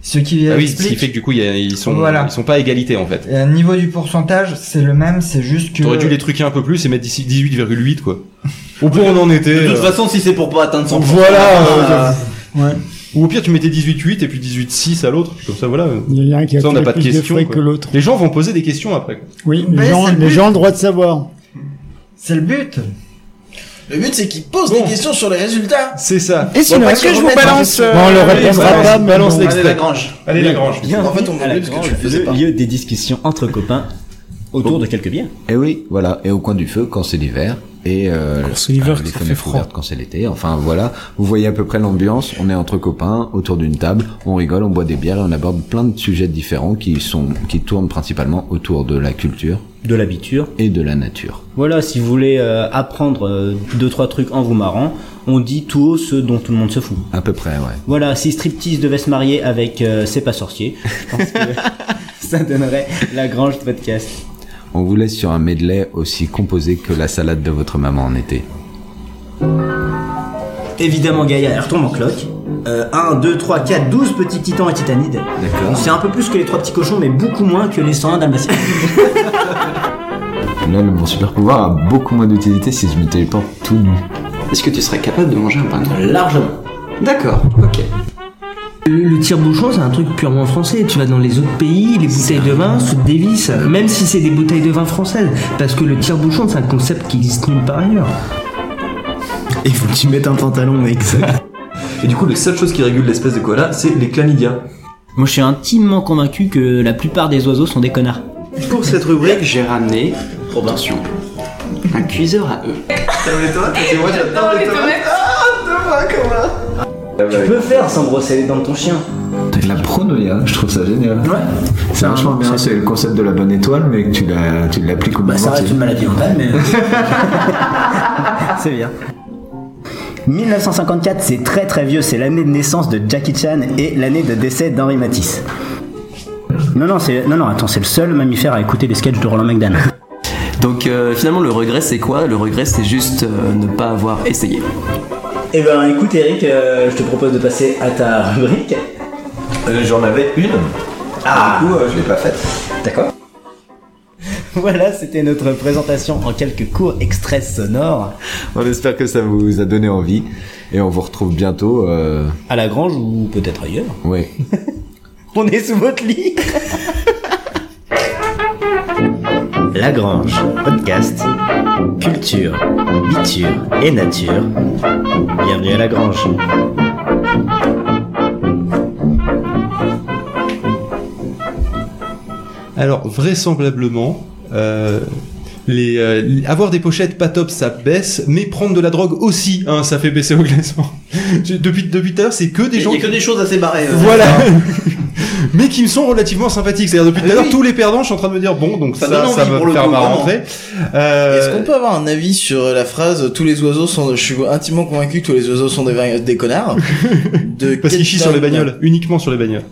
Ce qui Ah oui, ce explique qui fait que du coup, il y a- ils sont, Voilà. ils sont pas à égalité en fait. Et au niveau du pourcentage, c'est le même, c'est juste que. T'aurais dû les truquer un peu plus et mettre d'ici 18,8 quoi. Au point où on en était. De toute euh, façon, si c'est pour pas atteindre 100%. Voilà. euh, Ouais. Ou au pire, tu mettais 18,8 et puis 18,6 à l'autre. puis Comme ça, voilà. Il y en a un qui a ça, on n'a fait pas de plus de questions. frais quoi. que l'autre. Les gens vont poser des questions après. quoi. Oui, Mais les, gens, c'est le les but. gens ont le droit de savoir. C'est le but. Le but, c'est qu'ils posent des questions sur les résultats. C'est ça. Et sinon, est-ce que je vous balance, euh, Bon, on le allez, répondra balance- pas, mais balance bon. l'extrait. Allez, Lagrange. Allez, Lagrange. En fait, on Ah, voulait parce que tu le faisais pas. lieu des discussions entre copains autour de quelques bières. Et Eh oui, voilà, et au coin du feu quand c'est l'hiver. Et euh, l'hiver, quand les il fenêtres fait ouvertes quand c'est l'été. Enfin voilà, vous voyez à peu près l'ambiance. On est entre copains autour d'une table, on rigole, on boit des bières et on aborde plein de sujets différents qui sont qui tournent principalement autour de la culture, de l'habitude et de la nature. Voilà, si vous voulez euh, apprendre euh, deux trois trucs en vous marrant, on dit tout haut ce dont tout le monde se fout. À peu près, ouais. Voilà, si Striptease devait se marier avec euh, C'est pas sorcier, je pense que ça donnerait la grange de podcast. On vous laisse sur un medley aussi composé que la salade de votre maman en été. Évidemment, Gaïa, elle retombe en cloque. Euh, 1, 2, 3, 4, 12 petits titans et titanides. D'accord. C'est un peu plus que les trois petits cochons, mais beaucoup moins que les 101 dalmatiens. Là, le- mon super pouvoir a beaucoup moins d'utilité si je me téléporte tout nu. Est-ce que tu serais capable de manger un pingouin Largement. D'accord, ok. Le, le tire-bouchon, c'est un truc purement français. Tu vas dans les autres pays, les bouteilles de vin se dévissent, même si c'est des bouteilles de vin françaises. Parce que le tire-bouchon, c'est un concept qui existe nulle part ailleurs. Il faut que tu mettes un pantalon, mec. Et du coup, la seule chose qui régule l'espèce de koala, c'est les chlamydia. Moi, je suis intimement convaincu que la plupart des oiseaux sont des connards. Pour cette rubrique, j'ai ramené, attention, un cuiseur à eux. Ah, Tu peux faire sans brosser les dents de ton chien. T'as de la pronoia, je trouve ça génial. Ouais. C'est vachement bien, c'est le concept de la bonne étoile, mais que tu la- tu l'appliques au Bah, moment. ça reste tu- une maladie mentale, mais. euh, c'est bien. 1954, c'est très très vieux, c'est l'année de naissance de Jackie Chan et l'année de décès d'Henri Matisse. Non, non, c'est. Non, non, attends, c'est le seul mammifère à écouter les sketchs de Roland McDan. Donc euh, finalement, le regret, c'est quoi Le regret, c'est juste euh, ne pas avoir essayé. Eh ben écoute, Eric, euh, je te propose de passer à ta rubrique. Euh, J'en avais une. Ah coup, je l'ai pas faite. D'accord. Voilà, c'était notre présentation en quelques courts extraits sonores. On espère que ça vous a donné envie et on vous retrouve bientôt. euh, À la grange ou peut-être ailleurs. Ouais. On est sous votre lit. La Grange, podcast, culture, biture et nature. Bienvenue à La Grange. Alors, vraisemblablement, euh, les, euh, les- avoir des pochettes pas top, ça baisse, mais prendre de la drogue aussi, hein, ça fait baisser au classement. J'ai- depuis, depuis tout à l'heure, c'est que des Il gens. y a que des choses assez barrées. euh. Voilà. mais qui me sont relativement sympathiques. C'est-à-dire Ah depuis tout à l'heure, tous les perdants, je suis en train de me dire bon, donc ça, Ça ça, donne envie va pour me le faire coup, ma vraiment. rentrée. Euh, Est-ce qu'on peut avoir un avis sur la phrase Tous les oiseaux sont. Je suis intimement convaincu que tous les oiseaux sont des, des connards. De Parce qu'il chie sur les bagnoles, uniquement sur les bagnoles.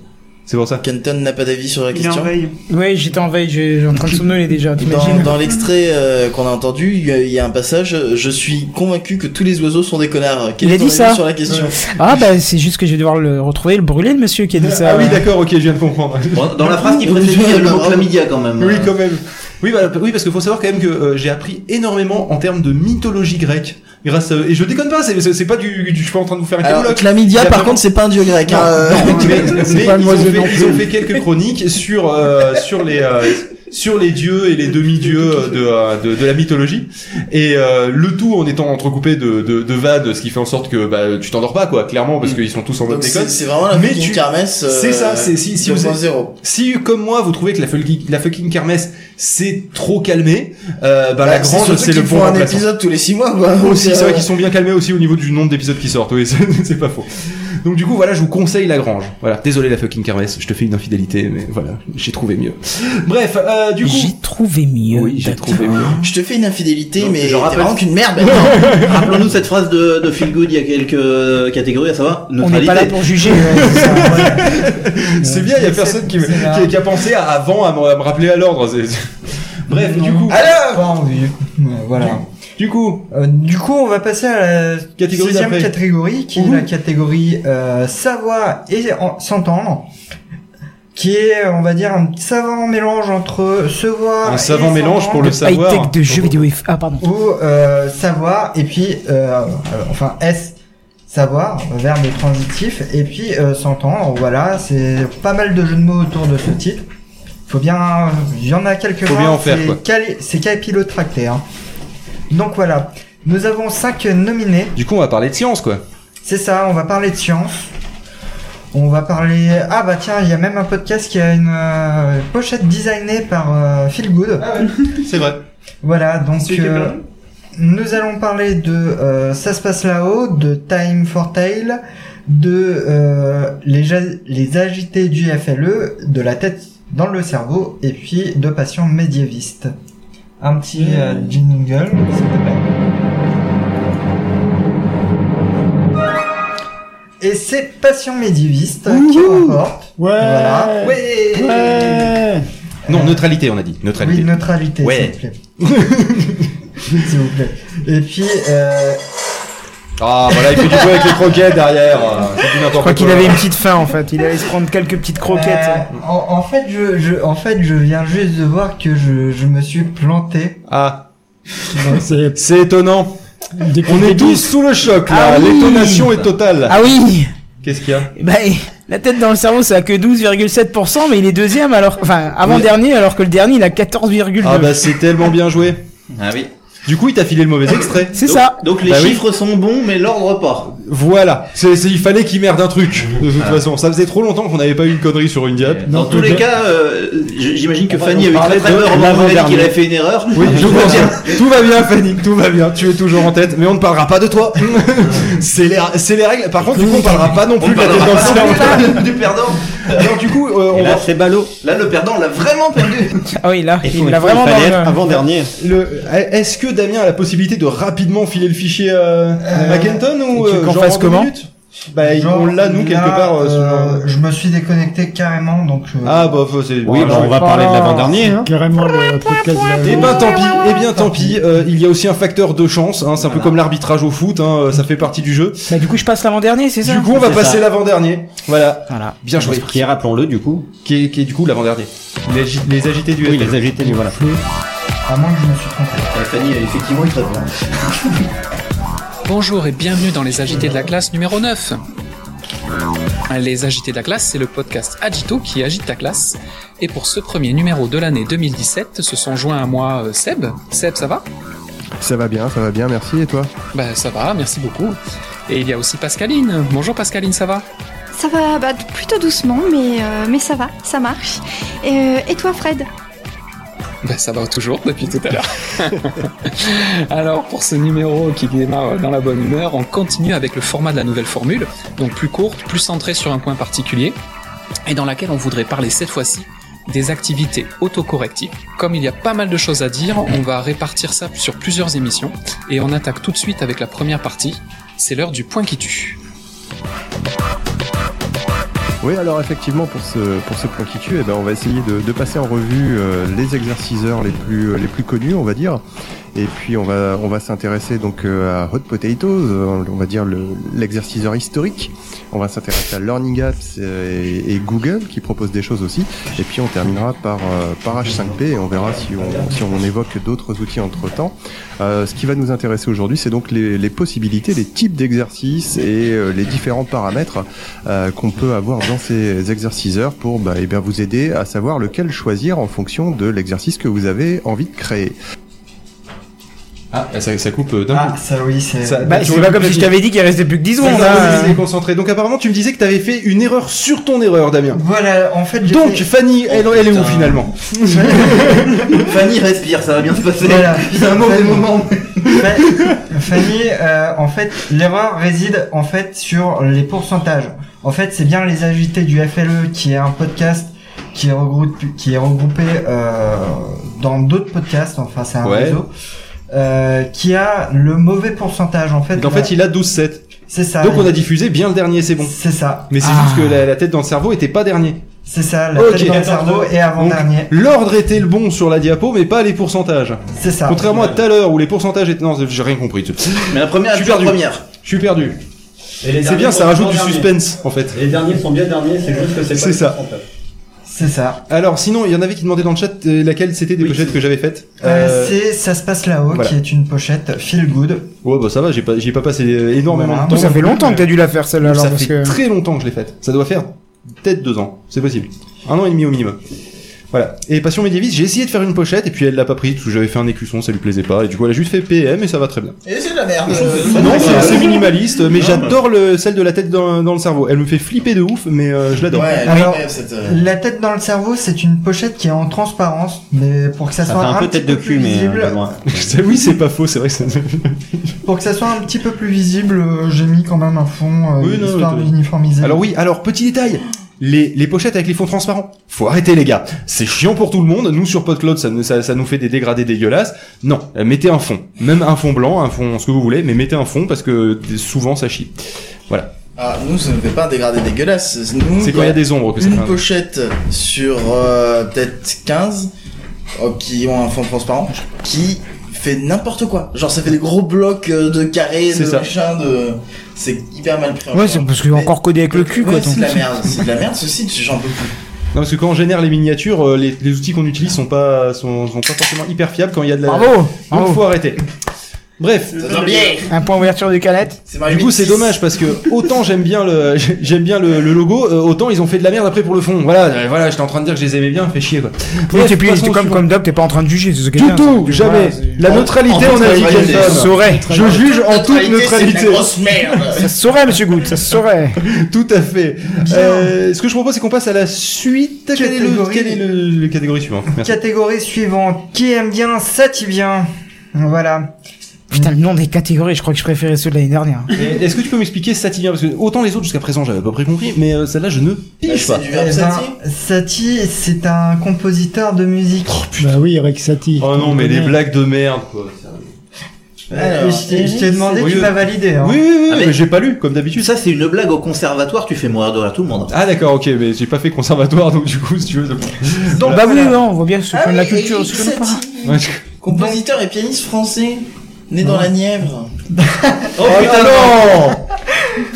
C'est pour ça. Kenton n'a pas d'avis sur la est en question. veille. Ouais, j'étais en veille, j'ai- j'ai en train de somnoler Dans, déjà, t'imagines dans l'extrait euh, qu'on a entendu, il y, a- il y a un passage euh, Je suis convaincu que tous les oiseaux sont des connards. Quel Il est a ton dit avis ça sur la question Ah bah c'est juste que je vais devoir le retrouver, le brûler le monsieur qui a dit ça. Ah oui, d'accord, ok, je viens de comprendre. dans la phrase qui précédait, il y a le mot chlamydia, quand même. Oui, quand même. Oui, bah, oui parce qu'il faut savoir quand même que euh, j'ai appris énormément en termes de mythologie grecque. Grâce, euh, et je déconne pas, c'est- c'est c'est pas du, du- Je suis pas en train de vous faire un Alors, catalogue. chlamydia, Il y a par vraiment- contre, c'est pas un dieu grec. hein, euh. Non, mais- mais C'est pas un ils, ont oiseau fait, non ils plus. ont fait quelques chroniques sur euh, sur les euh, sur les dieux et les demi-dieux euh, de, euh, de de la mythologie et euh, le tout en étant entrecoupé de de, de vannes, ce qui fait en sorte que bah tu t'endors pas quoi, clairement parce qu'ils sont tous en mode Donc c'est- déconne. c'est vraiment la Mais fucking tu- kermesse, euh, C'est ça, c'est si si vous 2.0. si comme moi vous trouvez que la fucking, la fucking kermesse c'est trop calmé, euh, bah la Bah, c'est grande surtout c'est le qu'ils bon font un remplaçant. épisode tous les six mois, quoi. Aussi, Donc, c'est vrai euh, qu'ils sont bien calmés aussi au niveau du nombre d'épisodes qui sortent, oui, c'est c'est pas faux. Donc du coup, voilà, je vous conseille La Grange. Voilà, désolé la fucking kermesse, je te fais une infidélité, mais voilà, j'ai trouvé mieux. Bref, euh, du coup... J'ai trouvé mieux. Oui, j'ai trouvé mieux. Je te fais une infidélité, Non, mais je t'es rappelle- vraiment qu'une merde. Rappelons-nous cette phrase de, de Feel Good il y a quelques euh, catégories, à savoir On n'est neutralité. pas là pour juger. C'est bien, il y a personne qui, me- qui, qui a pensé à- avant à me, à me rappeler à l'ordre. c'est- Bref, du coup... Alors Voilà. Du coup, euh, du coup, on va passer à la Catégorie sixième d'après. catégorie, qui est la catégorie euh, savoir et en- s'entendre, qui est, on va dire, un petit savant mélange entre se voir. Un et savant mélange s'entendre. pour le savoir. High-tech de jeux vidéo. et f- Ah pardon. Ou euh, savoir et puis euh, euh, enfin S savoir verbe transitif et puis euh, s'entendre voilà c'est pas mal de jeux de mots autour de ce titre faut bien il y en a quelques Faut bien en faire, quoi. c'est capillotracté hein. donc voilà nous avons cinq nominés Du coup, on va parler de science, quoi. c'est ça on va parler de science on va parler ah bah tiens il y a même un podcast qui a une euh, pochette designée par euh, Phil Good Ah C'est vrai. voilà, donc Celui qui est euh, blanc. nous allons parler de euh, Ça se passe là-haut, de Time for Tale, de euh, les, ja- les agités du FLE, de la tête dans le cerveau, et puis de passion médiéviste. Un petit euh, jingle, s'il te plaît. Et c'est Passion médiéviste qui remporte. Ouais. Voilà. Ouais. Non, neutralité, on a dit. Neutralité. Oui, neutralité, Ouais. s'il vous plaît. S'il vous plaît. Et puis, euh, Ah, voilà, il fait du jeu avec les croquettes derrière. euh, c'est du n'importe Je crois qu'il quoi. avait une petite faim en fait. Il allait se prendre quelques petites croquettes. euh, en, en fait, je, je, en fait, je viens juste de voir que je, je me suis planté. Ah. C'est étonnant. On le est début. tous sous le choc là, Ah oui. l'étonnation est totale. Ah oui. Qu'est-ce qu'il y a Bah, la tête dans le cerveau, ça a que 12,7%, mais il est deuxième, alors, enfin, avant-dernier, alors que le dernier, il a 14,2%. Ah bah c'est tellement bien joué. Ah oui. Du coup, il t'a filé le mauvais extrait. C'est Donc- ça. Donc les Bah oui. chiffres sont bons, mais l'ordre pas. Voilà, c'est c'est- il fallait qu'il merde un truc. De toute Ah. façon, ça faisait trop longtemps qu'on n'avait pas eu une connerie sur une diap. Dans tous les cas, euh, j- j'imagine que On va donc Fanny a eu parler très très de peur au moment où elle a dit l'avant-dernier. qu'il avait fait une erreur. Oui, je pense que tout va bien, Fanny, tout va bien. Tu es toujours en tête, mais on ne parlera pas de toi. c'est les, c'est les règles. Par contre, du coup, on ne parlera pas non plus de la tête dans le Ah, cerveau. du perdant. Alors du coup, euh, on va- c'est ballot. Là, le perdant, on l'a vraiment perdu. Ah oui, là, il l'a vraiment dans le- avant-dernier. Le- eh, Est-ce que Damien a la possibilité de rapidement filer le fichier euh, à Kenton ou tu veux euh, qu'on genre fasse en deux comment minutes Bah, il- genre, on l'a nous là, quelque part. euh, ce genre- euh, je me suis déconnecté carrément, donc. euh, Ah bah faut- c'est Oui, bah, on va parler de l'avant-dernier. Hein. Carrément le podcast. de la- Eh ben tant pis, eh bien tant pis, euh, il y a aussi un facteur de chance, hein, c'est un peu comme l'arbitrage au foot, hein, euh, ça fait partie du jeu. Bah, du coup, je passe l'avant-dernier, c'est ça? Du coup on va C'est passer ça. l'avant-dernier, voilà. Voilà. Bien joué. Qui est, rappelons-le, du coup. Qui est, qui est du coup l'avant-dernier. Les, agi- les agités du Oui, les agités du voilà. À moins que je me suis trompé. Fanny, effectivement, il traite. Bonjour et bienvenue dans les agités de la classe numéro 9. Les agités de la classe, c'est le podcast Agito qui agite la classe. Et pour ce premier numéro de l'année 2017, se sont joints à moi euh, Seb. Seb, ça va Ça va bien, ça va bien, merci. Et toi Bah ça va, merci beaucoup. Et il y a aussi Pascaline. Bonjour Pascaline, ça va Ça va bah, plutôt doucement, mais, euh, mais ça va, ça marche. Euh, et toi, Fred Ben, ça va toujours depuis tout à l'heure. Alors pour ce numéro qui démarre dans la bonne humeur, on continue avec le format de la nouvelle formule, donc plus courte, plus centrée sur un point particulier. et dans laquelle on voudrait parler cette fois-ci des activités autocorrectives. Comme il y a pas mal de choses à dire, on va répartir ça sur plusieurs émissions et on attaque tout de suite avec la première partie. C'est l'heure du point qui tue. Oui, alors effectivement, pour ce, pour ce point qui tue, eh ben, on va essayer de, de passer en revue euh, les exerciceurs les plus, euh, les plus connus, on va dire. Et puis on va, on va s'intéresser donc euh, à Hot Potatoes, euh, on va dire le- l'exerciceur historique. On va s'intéresser à Learning Apps euh, et, et Google qui proposent des choses aussi. Et puis on terminera par, euh, par H5P et on verra si on, si on évoque d'autres outils entre temps. ce qui va nous intéresser aujourd'hui, c'est donc les, les possibilités, les types d'exercices et euh, les différents paramètres euh, qu'on peut avoir dans ces exerciceurs pour bah, eh bien, vous aider à savoir lequel choisir en fonction de l'exercice que vous avez envie de créer. Ah, ça, ça coupe d'un Ah, ça oui, c'est. Ça- Bah, c'est pas comme si je t'avais dit qu'il restait plus que 10 C'est secondes. ça, hein. c'est concentré. Donc apparemment, tu me disais que t'avais fait une erreur sur ton erreur, Damien. Voilà, en fait. j'ai Donc fait- Oh, Fanny, elle, elle est où putain. finalement Fanny respire, ça va bien se passer. Voilà. C'est un mauvais Fanny. moment. Fa- Fanny, euh, en fait, l'erreur réside en fait sur les pourcentages. En fait, c'est bien les agités du FLE qui est un podcast qui est regroupé, qui est regroupé euh, dans d'autres podcasts. Enfin, c'est un Ouais. réseau euh, qui a le mauvais pourcentage. En fait, Donc en fait, il a 12-7. c'est ça. Donc on a diffusé bien le dernier, c'est bon. C'est ça. Ah. Mais c'est juste que la, la tête dans le cerveau était pas dernier. C'est ça, la Ok. tête dans le cerveau et avant Donc, dernier. L'ordre était le bon sur la diapo, mais pas les pourcentages. C'est ça. Contrairement à tout à l'heure où les pourcentages étaient. Non, j'ai rien compris. Mais la première, Je suis la perdu. première. Je suis perdu. Et les C'est derniers bien, ça sont rajoute toujours du derniers. suspense en fait. Les derniers sont bien derniers, c'est juste que c'est pas C'est le ça. pourcentage. C'est ça. Alors sinon, il y en avait qui demandaient dans le chat euh, laquelle c'était des pochettes que j'avais faites. Euh, c'est ça se passe là-haut voilà. qui est une pochette feel good. Ouais, bah ça va, j'ai pas, j'ai pas passé euh, énormément Voilà. de temps. Ça fait longtemps que t'as dû la faire, celle-là, alors, Ça parce fait que- très longtemps que je l'ai faite. Ça doit faire peut-être deux ans, c'est possible. Un an et demi au minimum. Voilà. Et Passion médiéviste, j'ai essayé de faire une pochette et puis elle l'a pas prise parce que j'avais fait un écusson, ça lui plaisait pas. Et du coup, elle a juste fait PM et ça va très bien. Et c'est de la merde. Non, c'est assez minimaliste, mais j'adore le, celle de la tête dans, dans le cerveau. Elle me fait flipper de ouf, mais euh, je l'adore. Alors, euh, euh. la tête dans le cerveau, c'est une pochette qui est en transparence, mais pour que ça, Ça soit fait un, un peu petit tête de peu plus cul, mais, euh, visible, pas loin. C'est- oui, c'est pas faux, c'est vrai. que ça- pour que ça soit un petit peu plus visible, euh, j'ai mis quand même un fond euh, Oui, non, histoire mais- d'uniformiser. Alors oui, alors petit détail. Les, les pochettes avec les fonds transparents. Faut arrêter les gars. C'est chiant pour tout le monde. Nous sur PodCloud, ça, nous- ça, ça nous fait des dégradés dégueulasses. Non, euh, mettez un fond. Même un fond blanc, un fond ce que vous voulez, mais mettez un fond parce que souvent ça chie. Voilà. Ah, nous, ça ne fait pas un dégradé dégueulasse. Nous, C'est quand il y a des ombres que ça Une fait un- pochette sur euh, peut-être 15 euh, qui ont un fond transparent qui fait n'importe quoi. Genre, ça fait des gros blocs euh, de carrés, C'est de ça. machin, de. C'est hyper mal pris. en Ouais, compte. c'est parce que j'ai encore codé avec le cul, quoi. Ouais, c'est de la donc. merde. C'est de la merde, ceci, j'en peux plus. Non parce que quand on génère les miniatures, euh, les, les outils qu'on utilise sont pas sont, sont pas forcément hyper fiables quand il y a de la. Bravo Donc Bravo faut arrêter. Bref. Un point ouverture de canette. Du coup, c'est dommage parce que autant j'aime bien le j'aime bien le, le logo, euh, autant ils ont fait de la merde après pour le fond. Voilà, euh, voilà, j'étais en train de dire que je les aimais bien, fait chier quoi. Oui, Bref, et puis, passons c'est au comme, suivant. comme d'hab, t'es pas en train de juger, c'est ce que Du tout, jamais. La neutralité, on a dit qu'elle Ça se saurait. Je juge en toute neutralité. Ça se saurait, monsieur Good, ça se saurait. Tout à fait. Euh, ce que je propose, c'est qu'on passe à la suite. Quelle est, le, quelle est le, le catégorie suivante Merci. Catégorie suivante, qui aime bien, ça t'y bien. Voilà. Putain, le nom des catégories, je crois que je préférais ceux de l'année dernière. Et Est-ce que tu peux m'expliquer Sati bien Parce que autant les autres jusqu'à présent, j'avais pas pris compris, mais euh, celle-là, je ne pige pas. du verbe Eh ben, Satie, c'est un compositeur de musique. Bah oui, Eric Satie. Oh non, mais les blagues de merde quoi. Euh, je t'ai- je t'ai demandé, Oui, tu oui. m'as validé. hein. Oui, oui, oui, mais j'ai pas lu, comme d'habitude. Ah, Ça, c'est une blague au conservatoire, tu fais mourir de rire tout le monde. Ah d'accord, ok, mais j'ai pas fait conservatoire, donc du coup, si tu veux. c'est- Donc, bah oui, non, on voit bien ce Ah point de la oui, culture, Eric ce que pas. bah- Ouais, je- Compositeur et pianiste français, né dans la Nièvre. Oh putain non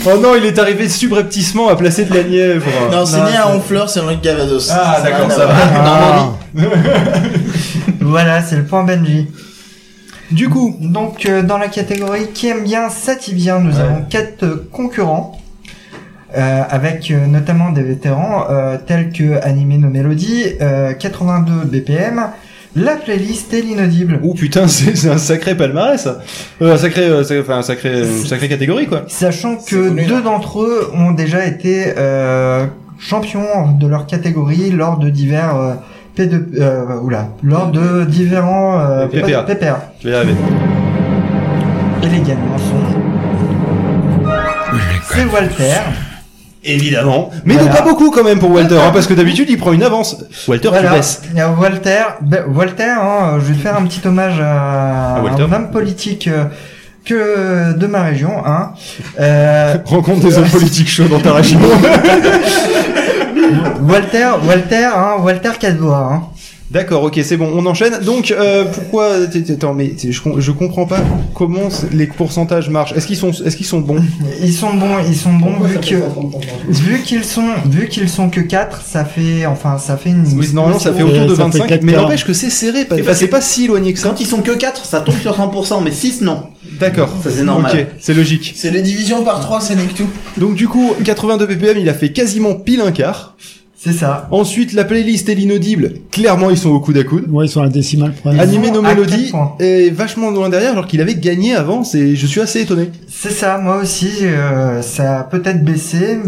Oh non, il est arrivé subrepticement à placer de la Nièvre. Non, c'est né à Honfleur, c'est Henri Cavados. Ah, d'accord, n'a ça va. rien à voir. Ah. Voilà, c'est le point Benji. Du coup, donc euh, dans la catégorie qui aime bien, ça t'y bien, nous avons quatre euh, concurrents. euh, avec euh, notamment des vétérans euh, tels que Animer nos mélodies, euh, 82 BPM, la playlist et l'inaudible. Oh putain, c'est c'est un sacré palmarès, ça. Euh, un sacré, euh, sac- enfin, un sacré, une sacrée catégorie, quoi. Sachant que deux d'entre eux ont déjà été euh, champions de leur catégorie lors de divers euh, P2, euh, oula, lors de différents euh, Les PPA. PPA. Je vais y arriver. Et les gagnants sont. C'est Walter, Évidemment. Mais non Voilà. pas beaucoup quand même pour Walter, hein, parce que d'habitude il prend une avance. Walter, Voilà. tu baisses. Il y a Walter. Ben, Walter, hein, euh, je vais te faire un petit hommage à, À Walter. un homme politique euh, que de ma région. Hein. Euh, Rencontre des hommes politiques chauds dans ta région. Walter, Walter, hein, Walter Cadbois. Hein. D'accord, ok, c'est bon, on enchaîne. Donc, euh, pourquoi t'es- t'es- Attends, mais t'es- je, com- je comprends pas comment c- les pourcentages marchent. Est-ce qu'ils sont, est-ce qu'ils sont bons Ils sont bons, ils sont bons Pourquoi vu ça fait que vu qu'ils sont vu qu'ils sont que 4, ça fait enfin ça fait une Oui, normalement, ça fait autour de 25, mais n'empêche que c'est serré. pas- Et enfin, bah, c'est pas si éloigné que ça. Quand ils sont que 4, ça tombe sur 100%, mais 6, non. D'accord. Ça, c'est normal. Ok, c'est logique. C'est les divisions par 3, ça nique tout. Donc du coup, 82 ppm, il a fait quasiment pile un quart. C'est ça. Ensuite, la playlist et l'inaudible, clairement, ils sont au coude à coude. Ouais, ils sont à la décimale près. Animé nos mélodies est vachement loin derrière, alors qu'il avait gagné avant, et je suis assez étonné. C'est ça, moi aussi euh, ça a peut-être baissé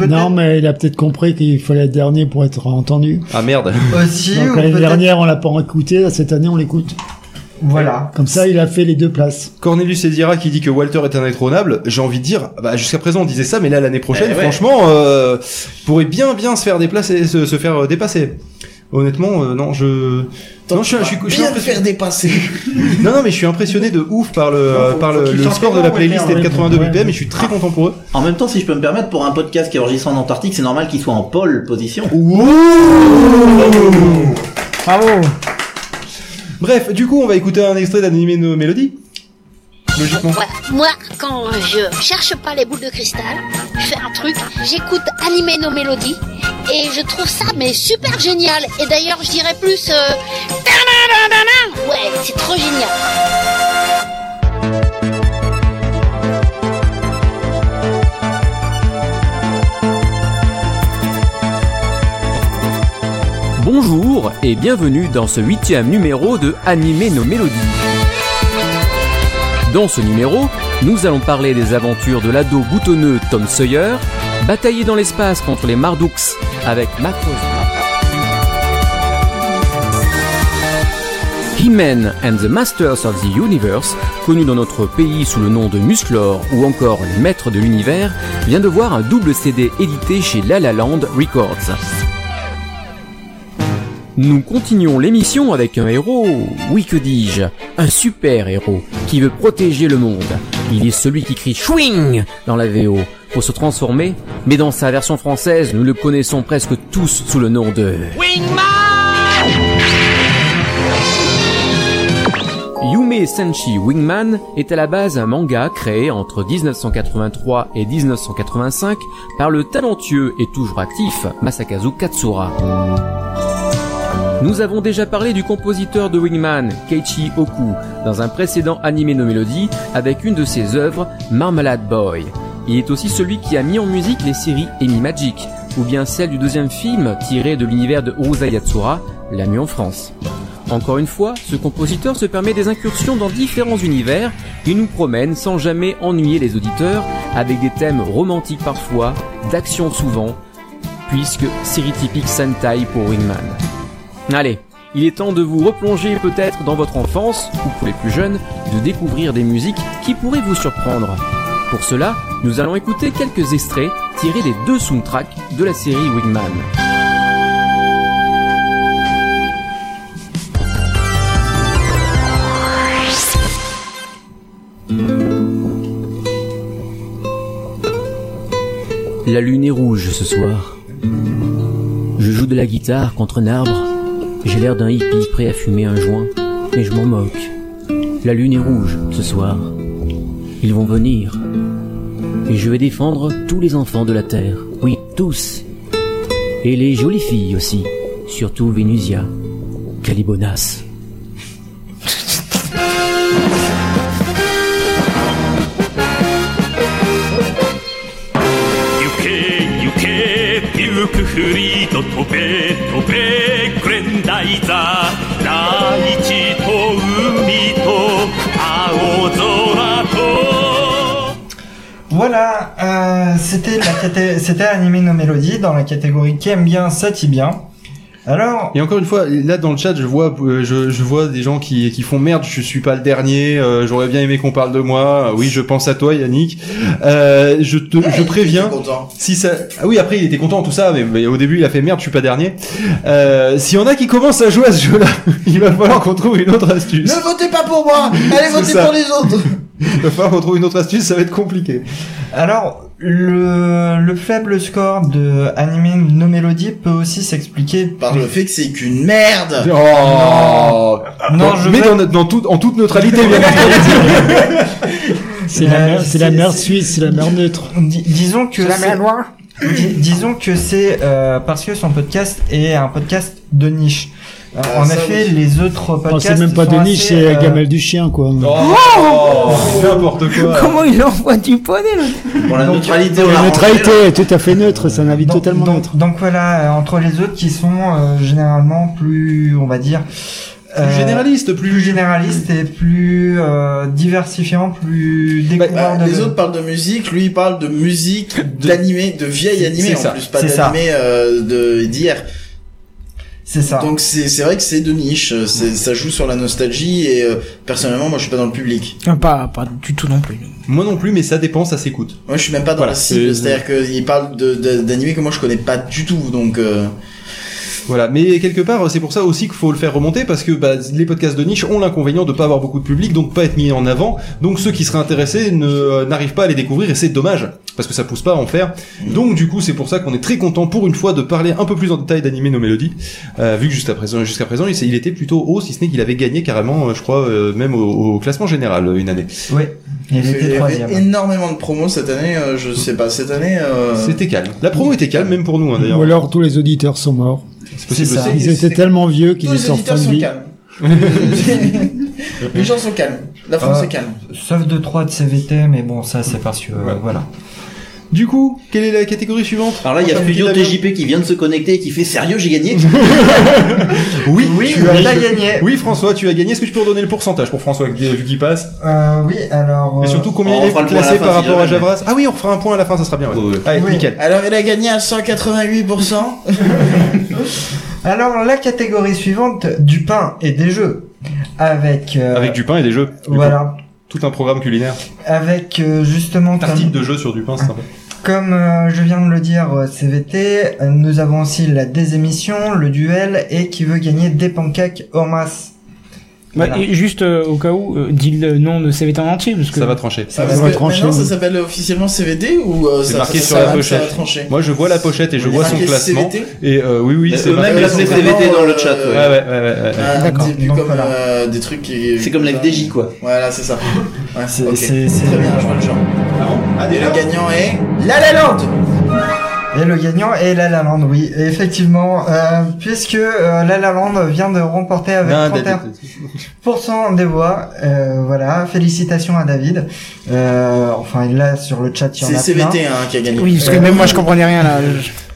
Non, mais il a peut-être compris qu'il fallait être dernier pour être entendu. Ah merde. aussi ou Donc l'année peut-être- dernière, on l'a pas écouté, là, cette année, on l'écoute. Voilà. Comme ça, il a fait les deux places. Cornelius Ezira qui dit que Walter est indétrônable, j'ai envie de dire, bah, jusqu'à présent on disait ça, mais là l'année prochaine, Eh ouais. franchement, euh, pourrait bien bien se faire déplacer, se, se faire euh, dépasser. Honnêtement, euh, non, je, non, je suis, je suis- je suis Bien te impressionné. faire dépasser. Non, non, mais je suis impressionné de ouf par le, faut- par le, faut qu'ils le sortent score de la vraiment, ouais, playlist ouais, et de 82 ouais. BPM, et je suis très content pour eux. En même temps, si je peux me permettre, pour un podcast qui est enregistré en Antarctique, c'est normal qu'il soit en pole position. Bravo Bref, du coup, on va écouter un extrait d'animé nos mélodies. Logiquement. Moi, quand je cherche pas les boules de cristal, je fais un truc, j'écoute animer nos mélodies, et je trouve ça mais super génial. Et d'ailleurs, je dirais plus. euh, tadadadadada. Ouais, c'est trop génial. Bonjour et bienvenue dans ce huitième numéro de Animer nos mélodies. Dans ce numéro, nous allons parler des aventures de l'ado boutonneux Tom Sawyer, bataillé dans l'espace contre les Marduk's avec Matt Crosby. He-Man and the Masters of the Universe, connu dans notre pays sous le nom de Musclor ou encore les Maîtres de l'Univers, vient de voir un double CD édité chez La La Land Records. Nous continuons l'émission avec un héros, oui que dis-je, un super héros qui veut protéger le monde. Il est celui qui crie Schwing dans la VO pour se transformer, mais dans sa version française, nous le connaissons presque tous sous le nom de Yume Senshi Wingman est à la base un manga créé entre 1983 et 1985 par le talentueux et toujours actif Masakazu Katsura. Nous avons déjà parlé du compositeur de Wingman, Keiichi Oku, dans un précédent animé nos mélodies avec une de ses œuvres, Marmalade Boy. Il est aussi celui qui a mis en musique les séries Amy Magic, ou bien celle du deuxième film tiré de l'univers de Uruza Yatsura, La Nuit en France. Encore une fois, ce compositeur se permet des incursions dans différents univers et nous promène sans jamais ennuyer les auditeurs avec des thèmes romantiques parfois, d'action souvent, puisque série typique Sentai pour Wingman. Allez, il est temps de vous replonger peut-être dans votre enfance, ou pour les plus jeunes, de découvrir des musiques qui pourraient vous surprendre. Pour cela, nous allons écouter quelques extraits tirés des deux soundtracks de la série Wingman. La lune est rouge ce soir. Je joue de la guitare contre un arbre. J'ai l'air d'un hippie prêt à fumer un joint, mais je m'en moque. La lune est rouge ce soir. Ils vont venir. Et je vais défendre tous les enfants de la Terre. Oui, tous. Et les jolies filles aussi. Surtout Vénusia. Calibonas. 行け行けピュークフリード飛べ飛べグレンダイザー大地と海と青空と Voilà, euh, c'était la caté- c'était animé nos mélodies dans la catégorie qui aime bien ça t'y bien. Alors Et encore une fois, là dans le chat, je vois, euh, je, je vois des gens qui, qui font merde. Je suis pas le dernier. euh, J'aurais bien aimé qu'on parle de moi. Euh, Oui, je pense à toi, Yannick. Euh, je te, je préviens. Si ça, ah oui, après il était content tout ça, mais, mais au début il a fait merde. Je suis pas dernier. Euh, S'il y en a qui commencent à jouer à ce jeu-là, il va falloir qu'on trouve une autre astuce. Ne votez pas pour moi Allez C'est voter ça. pour les autres Il va falloir qu'on trouve une autre astuce. Ça va être compliqué. Alors, le, le faible score de Anime No Melody peut aussi s'expliquer par le fait que c'est qu'une merde. Oh Non, Dans- je mais veux- dans, notre- dans toute- en toute neutralité, bien entendu. C'est la Euh, mer, c'est la mer suisse, c'est la mer neutre. Di- disons que C'est la c'est- mer Noire Di- disons que c'est euh, parce que son podcast est un podcast de niche. Euh, Ah, en ça, effet, oui. les autres Enfin, podcasts c'est même pas sont de niche, assez, c'est euh, la gamelle du chien, quoi. Oh. N'importe quoi. Comment il envoie du poney là Pour la neutralité, on La l'a neutralité est tout à fait neutre, c'est un avis totalement neutre. Donc voilà, euh, entre les autres qui sont euh, généralement plus, on va dire, euh, généralistes, plus généralistes et plus euh, diversifiants, plus Bah, découverts de les autres parlent de musique, lui il parle de musique, d'animé, de vieil animé C'est en ça, plus, pas c'est ça. d'animé euh, de- d'hier. C'est ça. Donc c'est c'est vrai que c'est de niche, euh, c'est- ça joue sur la nostalgie et euh, personnellement moi je suis pas dans le public. Ah, Pas, pas du tout non plus. Moi non plus, mais ça dépend, ça s'écoute. Moi je suis même pas dans Voilà, la cible, c'est- c'est-à-dire qu'il parle de- de- d'animé que moi je connais pas du tout, donc... euh, Voilà, mais quelque part, c'est pour ça aussi qu'il faut le faire remonter parce que bah, les podcasts de niche ont l'inconvénient de pas avoir beaucoup de public, donc pas être mis en avant. Donc ceux qui seraient intéressés ne euh, n'arrivent pas à les découvrir et c'est dommage parce que ça pousse pas à en faire. Donc du coup, c'est pour ça qu'on est très content pour une fois de parler un peu plus en détail d'animer nos mélodies, euh, vu que jusqu'à présent, jusqu'à présent, il, s'est- il était plutôt haut, si ce n'est qu'il avait gagné carrément, euh, je crois, euh, même au, au classement général euh, une année. Oui. Il parce qu'il était y troisième. avait énormément de promos cette année, euh, je sais pas, cette année... euh, C'était calme. La promo était calme même pour nous hein, d'ailleurs. Ou alors tous les auditeurs sont morts. possible C'est ça. aussi. Ils étaient tellement vieux qu'ils Tous les étaient en fin auditeurs de sont vie. calmes. Les gens sont calmes, la France Euh, est calme. Sauf de 3 de CVT, mais bon, ça c'est parce que euh, voilà. Du coup, quelle est la catégorie suivante Alors là, il y a Fudio TJP qui vient de se connecter et qui fait sérieux, j'ai gagné. Oui, Oui, tu as il a gagné. Oui, François, tu as gagné. Est-ce que tu peux redonner le pourcentage pour François, vu qu'il passe Euh, oui, alors. Et euh, surtout combien il est classé par rapport à Javras Ah oui, on refera un point à la fin, ça sera bien. ouais. Allez, nickel. Alors il a gagné à 188%. Alors, la catégorie suivante, du pain et des jeux. Avec. euh, Avec du pain et des jeux. du coup. Voilà. Tout un programme culinaire. Avec euh, justement. Tartine de jeux sur du pain, c'est sympa. Comme euh, je viens de le dire, euh, CVT, euh, nous avons aussi la désémission, le duel et qui veut gagner des pancakes en masse. Bah, Voilà. et juste euh, au cas où, euh, dis le nom de CVT en entier. Parce que... Ça va trancher. Ça Parce va que trancher. maintenant, ça s'appelle officiellement CVD ou euh, C'est ça, marqué ça- sur ça la va- ça va pochette. trancher Moi, je vois la pochette et je Il est vois son marqué classement. CVT Et euh, oui, oui, Mais c'est eux-mêmes, marqué. ils ont CVT dans le chat, ouais. Ouais, ouais, ouais, ouais, ouais. Ah, D'accord. des- Donc comme euh, des trucs qui. C'est comme la FDJ, quoi. Voilà, c'est ça. Ouais, c'est ok. c'est- c'est- Très bien, je vois le genre. Ah, Et le gagnant est. La La Land Et le gagnant est La La Land, oui, effectivement, euh, puisque euh, La La Land vient de remporter avec Non, 31 David. 100% des voix. euh, voilà, félicitations à David. Euh, enfin, là sur le chat, il y en a C'est CVT plein. hein, qui a gagné. Oui, parce que Euh, même moi je comprenais rien là.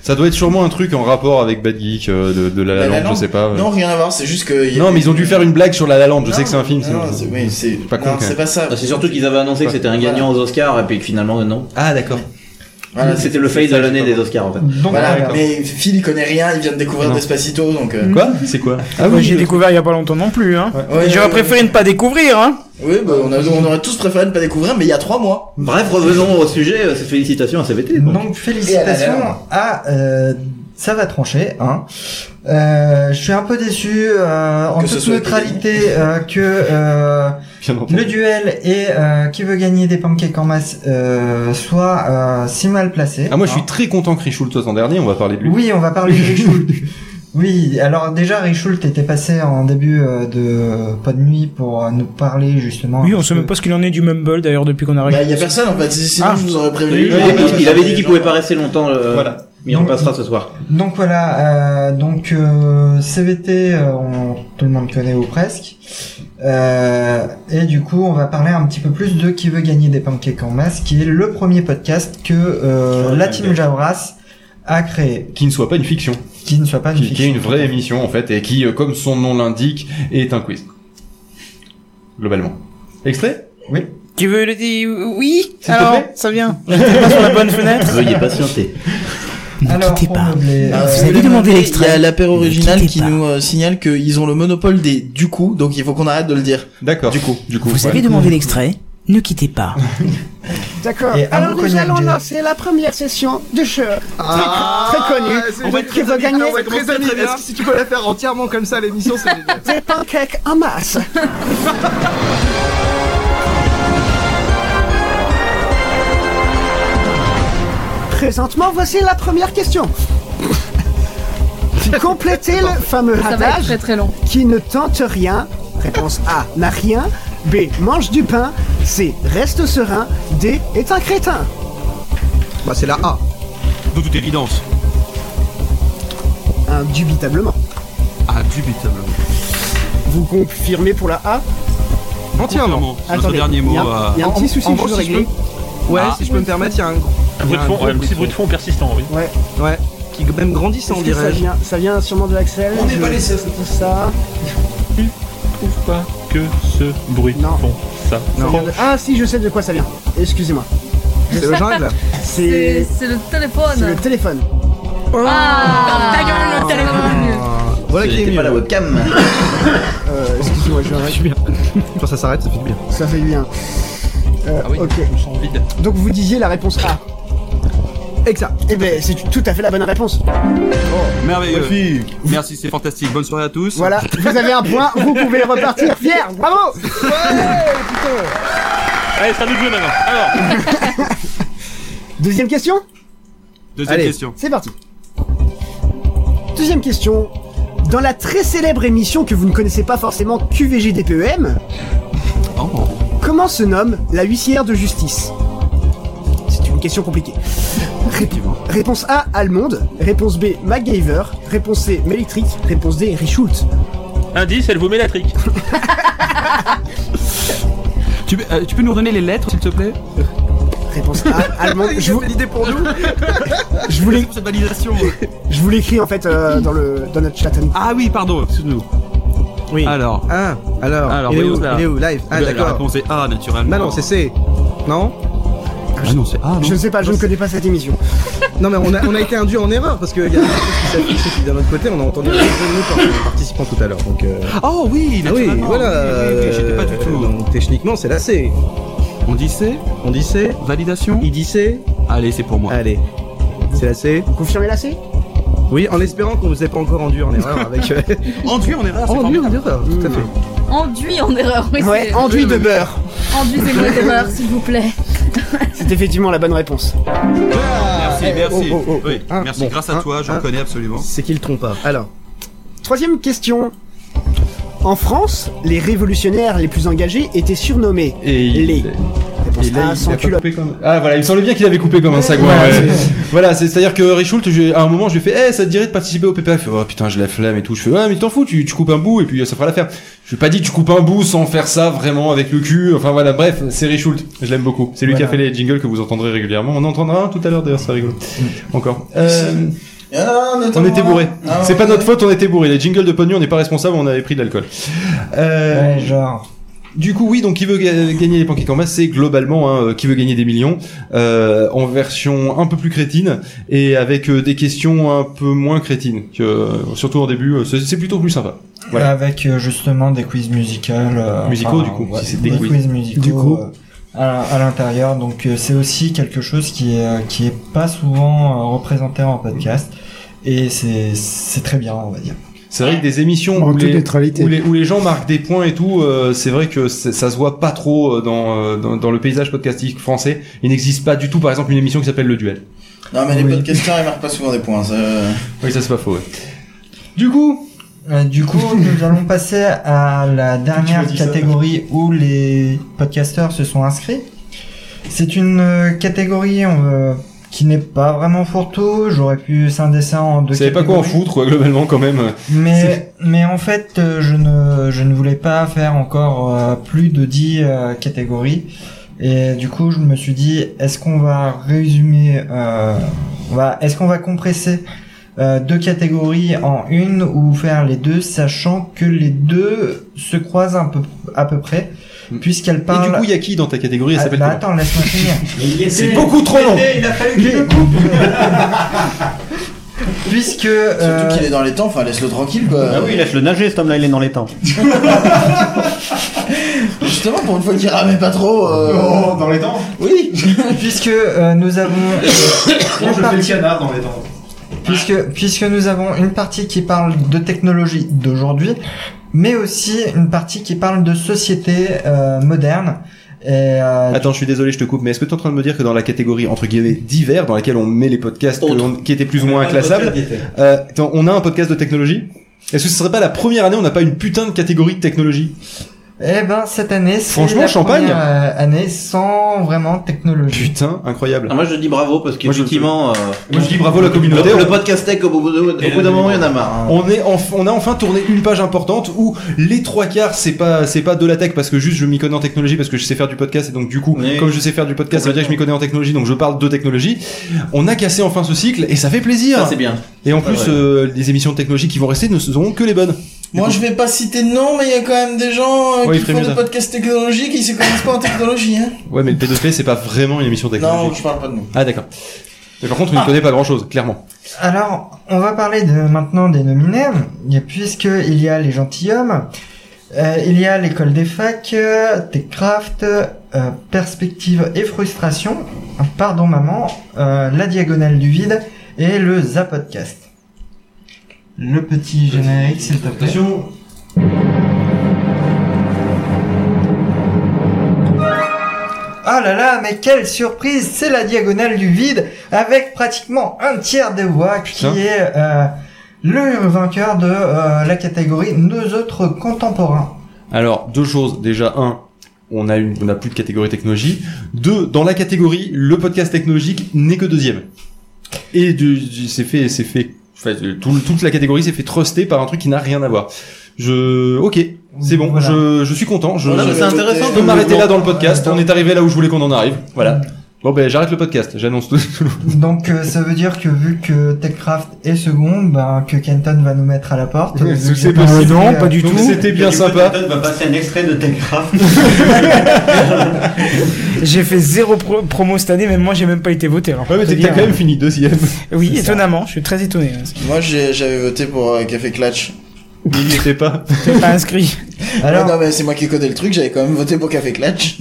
Ça doit être sûrement un truc en rapport avec Bad Geek euh, de, de La La La La Land, Land. je sais pas. euh, Non, rien à voir, c'est juste que. il y Non, avait- mais ils ont dû faire une blague sur La La Land. Je Non, sais que c'est un film. non, Ah, c'est- non, c'est- oui, c'est. Pas con, Non, quand c'est même. pas ça. Ah, C'est surtout qu'ils avaient annoncé que c'était un gagnant aux Oscars et puis que finalement, non. Ah, d'accord. Voilà, c'est- C'était le fail de l'année des Oscars, en fait. Voilà, d'accord. mais Phil il connaît rien, il vient de découvrir Non. Despacito donc. euh, Quoi C'est quoi Ah oui, j'ai découvert il y a pas longtemps non plus. Hein. Ouais, J'aurais ouais, préféré ne pas découvrir. Hein. Oui, bah, on, a- on aurait tous préféré ne pas découvrir, mais il y a trois mois. Bref, revenons au sujet. euh, c'est Félicitations à CVT. donc. Donc félicitations Et à, euh, ça va trancher. Hein. Euh, je suis un peu déçu euh, en Que ce toute soit neutralité euh, que euh, le duel et euh, qui veut gagner des pancakes en masse euh, soit euh, si mal placé. Ah, moi, je hein. suis très content que Richoult soit en dernier. On va parler de lui. Oui, on va parler de Richult. Oui, alors déjà Richult était passé en début euh, de pas de nuit pour euh, nous parler justement. Oui, on sait même pas ce qu'il en est du Mumble d'ailleurs depuis qu'on a Bah, regardé. il y a personne en fait, sinon Ah. je vous aurais prévenu. Il, J'aurais pas- il- il avait dit qu'il pouvait pas rester longtemps. euh, Mais on passera ce soir. Donc voilà, euh, donc euh, CVT, euh, on- tout le monde connaît ou presque. Euh, et du coup, on va parler un petit peu plus de qui veut gagner des pancakes en masse, qui est le premier podcast que euh, la team Javras a créé, Qui ne soit pas une fiction. qui ne soit pas une qui, qui est fiction. une vraie émission en fait et qui, euh, comme son nom l'indique, est un quiz. Globalement. Extrait Oui. Tu veux le dire Oui S'il te Alors, plaît ça vient. J'étais pas sur la bonne fenêtre. Veuillez patienter. Alors, pour meubler, euh, vous avez demandé Il y a l'apéro original qui nous euh, signale qu'ils ont le monopole des du coup, donc il faut qu'on arrête de le dire. D'accord. Du coup, du coup. Vous ouais. avez demandé l'extrait Ne quittez pas. D'accord. Et un Alors gros nous cognac allons de- lancer la première session de jeu. Ah, très, très connu. c'est On va génial, qui va Sabine, gagner. Ah on va être très amis. Est-ce que si tu peux la faire entièrement comme ça, l'émission, c'est génial. Des pancakes en masse. Présentement, voici la première question. Complétez le fameux Ça va être adage très, très long. qui ne tente rien. Réponse A, n'a rien. B, mange du pain. C, reste serein. D, est un crétin. Bah, c'est la A. De toute évidence. Indubitablement. Ah, Indubitablement. Vous confirmez pour la A Entièrement. C'est notre Attendez, dernier mot. il y a un- euh, il y a un petit en- souci en que revanche, je veux si je régler. peux- Ouais, Ah. si je peux me permettre, il y a un gros. Bruit de fond, ouais, le petit bruit de fond persistant, oui. Ouais, ouais. Qui même grandissant, Est-ce on que ça dirait. vient, ça vient sûrement de Axel. On n'est pas les seuls. Tout ça. trouve pas que ce bruit fond. Ça. Ça vient de- Ah si, je sais de quoi ça vient. Excusez-moi. C'est le jungle C'est C'est le téléphone. c'est le téléphone. Ah, ta gueule, le téléphone. Voilà qui est pas la webcam. Euh, excusez-moi, je vais arrêter. Quand ça s'arrête, ça fait du bien. Ça fait bien. Ah Euh, ok. vide. Donc vous disiez la réponse A. Exact. Eh ben c'est tout à fait la bonne réponse. Merveilleux. Merci, c'est fantastique. Bonne soirée à tous. Voilà, vous avez un point, vous pouvez repartir fier. Bravo Allez, c'est à nous de jouer maintenant. Alors, Deuxième question deuxième Allez, question. C'est parti. Deuxième question. Dans la très célèbre émission que vous ne connaissez pas forcément, QVGDPEM, E Oh. comment se nomme la huissière de justice C'est une question compliquée. Ré- réponse A, Allemande. Réponse B, MacGyver. Réponse C, Melectric. Réponse D, Richult. Indice, elle vous met la trique. tu, peux- euh, tu peux nous redonner les lettres, s'il te plaît Réponse Ah, A, Allemande. Je vous, l'idée pour nous. je vous l'ai- pour cette validation. je vous l'écris en fait euh, dans, le, dans notre chat. ami. Ah oui, pardon, excuse-nous. Oui. Alors. Ah, alors. il est voyons où, ça. il est où, live Ah, Ben, d'accord. La réponse est A, naturellement. Bah non, c'est C. Non Ah non, c'est A, non Je ne sais pas, je ne connais pas cette émission. Non mais on a, on a été induit en erreur parce qu'il y a des choses qui s'affichent et puis d'un autre côté on a entendu un jeu de mots par les participants tout à l'heure donc euh, Oh oui, Ah oui naturellement. voilà Oui, oui, j'étais pas du euh, tout. donc techniquement c'est la C On dit C On dit C Validation Il dit C Allez, c'est pour moi. Allez c'est la C Confirmez la C Oui en espérant qu'on vous ait pas encore enduit en erreur avec Enduit en erreur Enduit en erreur tout à fait Enduit en erreur. Oui, Ouais, c'est- enduit de beurre. Enduisez-moi des erreurs, s'il vous plaît. C'est effectivement la bonne réponse. Merci, merci. oh, oh, oh. Oui, Hein, merci, bon, grâce à hein, toi, je hein. reconnais absolument. C'est qu'il trompe pas. Alors. Troisième question. En France, les révolutionnaires les plus engagés étaient surnommés les. Réponse Et là, A, il sans a pas culotte. coupé comme- Ah voilà, il me semblait bien qu'il avait coupé comme un sagouin. Ouais, ouais. ouais. Voilà, c'est à dire que Richoult, je- à un moment, je lui ai fait, eh, ça te dirait de participer au PPA Il fait, oh putain, je la flemme et tout. Je fais, ouais, mais t'en fous, tu, tu coupes un bout et puis euh, ça fera l'affaire. Je lui ai pas dit, tu coupes un bout sans faire ça vraiment avec le cul. Enfin voilà, bref, c'est Richoult. Je l'aime beaucoup. C'est lui qui a Voilà. fait les jingles que vous entendrez régulièrement. On en entendra un tout à l'heure d'ailleurs, ça rigole. Encore. Euh, ah, on était bourré. Ah, C'est ouais. pas notre faute, on était bourré. Les jingles de Pognon, on n'est pas responsable, on avait pris de l'alcool. Euh, genre. Du coup, oui, donc qui veut ga- gagner les pancakes en masse, c'est globalement hein, euh, qui veut gagner des millions euh, en version un peu plus crétine et avec euh, des questions un peu moins crétines, que, euh, surtout en début. euh, c'est c'est plutôt plus sympa. Voilà. Avec euh, justement des quiz musicales. euh, Musicaux, du coup, ouais, si c'est des quiz. musicaux. Du coup. euh, à, à l'intérieur, donc euh, c'est aussi quelque chose qui est euh, qui est pas souvent euh, représenté en podcast et c'est c'est très bien, on va dire. C'est vrai que des émissions En où toute les, neutralité. où, les, où les gens marquent des points et tout, euh, c'est vrai que c'est- ça se voit pas trop euh, dans, euh, dans, dans le paysage podcastique français. Il n'existe pas du tout, par exemple, une émission qui s'appelle Le Duel. Non, mais les podcasters, ils marquent pas souvent des points. ça, euh. Oui, ça c'est pas faux. ouais. Du coup, Euh, du coup, nous allons passer à la dernière dit ça catégorie où les podcasteurs se sont inscrits. C'est une euh, catégorie on, euh, qui n'est pas vraiment fourre-tout. J'aurais pu scinder ça en deux Vous savez pas quoi en catégories. foutre, quoi, globalement, quand même. Mais, mais en fait, euh, je ne, je ne voulais pas faire encore euh, plus de 10 euh, catégories. Et du coup, je me suis dit, est-ce qu'on va résumer, euh, on va- est-ce qu'on va compresser euh, deux catégories en une ou faire les deux, sachant que les deux se croisent un peu, à peu près, puisqu'elles parlent. Mm. Et du coup, il y a qui dans ta catégorie Elle Ah, s'appelle bah comment attends, laisse-moi finir. C'est beaucoup trop long. Il a fallu que je coupe. Puisque. Surtout qu'il est dans les temps, enfin laisse-le tranquille quoi. Ah oui, lâche-le nager, cet homme-là, il est dans les temps. Justement, pour une fois qu'il ramait pas trop. euh, Oh, dans les temps Oui Puisque euh, nous avons. Moi, je fais le partie- canard dans les temps. Puisque, puisque nous avons une partie qui parle de technologie d'aujourd'hui, mais aussi une partie qui parle de société euh, moderne. Et, Ah, euh, Attends, je suis désolé, je te coupe, mais est-ce que tu es en train de me dire que dans la catégorie entre guillemets divers, dans laquelle on met les podcasts que l'on- qui étaient plus ou moins parle de inclassables, podcast qui était. euh, attends, on a un podcast de technologie Est-ce que ce serait pas la première année où on n'a pas une putain de catégorie de technologie eh ben cette année, c'est Franchement, la champagne. première, euh, année sans vraiment technologie. Putain, incroyable. Ah, moi je dis bravo parce qu'effectivement. euh, Moi, je dis bravo à la communauté. Le, le podcast tech au bout de- au bout d'un moment il y en a marre. hein. On est enf- on a enfin tourné une page importante où les trois quarts c'est pas c'est pas de la tech parce que juste je m'y connais en technologie parce que je sais faire du podcast et donc du coup comme je sais faire du podcast ça veut dire que je m'y connais en technologie donc je parle de technologie. On a cassé enfin ce cycle et ça fait plaisir. Ça, c'est bien. Et en Ouais, plus ouais. euh, les émissions de technologie qui vont rester ne seront que les bonnes. Moi je vais pas citer de nom, mais il y a quand même des gens euh, Ouais, il qui ferait font mieux des ça. podcasts technologiques et ils se connaissent pas en technologie. Hein. Ouais mais le P2P c'est pas vraiment une émission technologique. Non, je parle pas de nous. Ah. Ah d'accord. Mais par contre on ne connaît pas grand chose clairement. Alors, on va parler de, maintenant des nominaires, et puisque il y a les gentilshommes, euh, il y a l'école des facs, euh, Techcraft, euh, Perspective et Frustration, Pardon Maman, euh, La Diagonale du Vide et le Zapodcast. Le petit générique, s'il te plaît. Attention. Ah là là, mais quelle surprise C'est la diagonale du vide avec pratiquement un tiers des voix qui Putain. est euh, le vainqueur de euh, la catégorie Nos autres contemporains. Alors, deux choses. Déjà, un, on a, une, on a plus de catégorie technologie. Deux, dans la catégorie, le podcast technologique n'est que deuxième. Et du- du- c'est fait, c'est fait. enfin, euh, tout- toute la catégorie s'est fait truster par un truc qui n'a rien à voir. Je, ok, c'est bon. Je, je suis content. Je, Non, mais c'est je- intéressant Je comme peux m'arrêter mouvement. là dans le Euh, podcast. On est arrivé là où je voulais qu'on en arrive. Mm. Voilà. Bon ben, j'arrête le podcast. J'annonce tout. Donc euh, ça veut dire que vu que Techcraft est second, ben, que Kenton va nous mettre à la porte. Vu que j'ai parlé, euh, bien sympa. On va passer un extrait de Techcraft. J'ai fait zéro pro- promo cette année, même moi j'ai même pas été voté. Alors, ouais, mais t'as quand même fini deuxième. euh, Oui, C'est ça. étonnamment, je suis très étonné. hein. Moi j'ai- j'avais voté pour euh, Café Clatch. Il n'y était pas. T'es pas inscrit. Alors... non mais c'est moi qui ai codé le truc, j'avais quand même voté pour Café Clatch.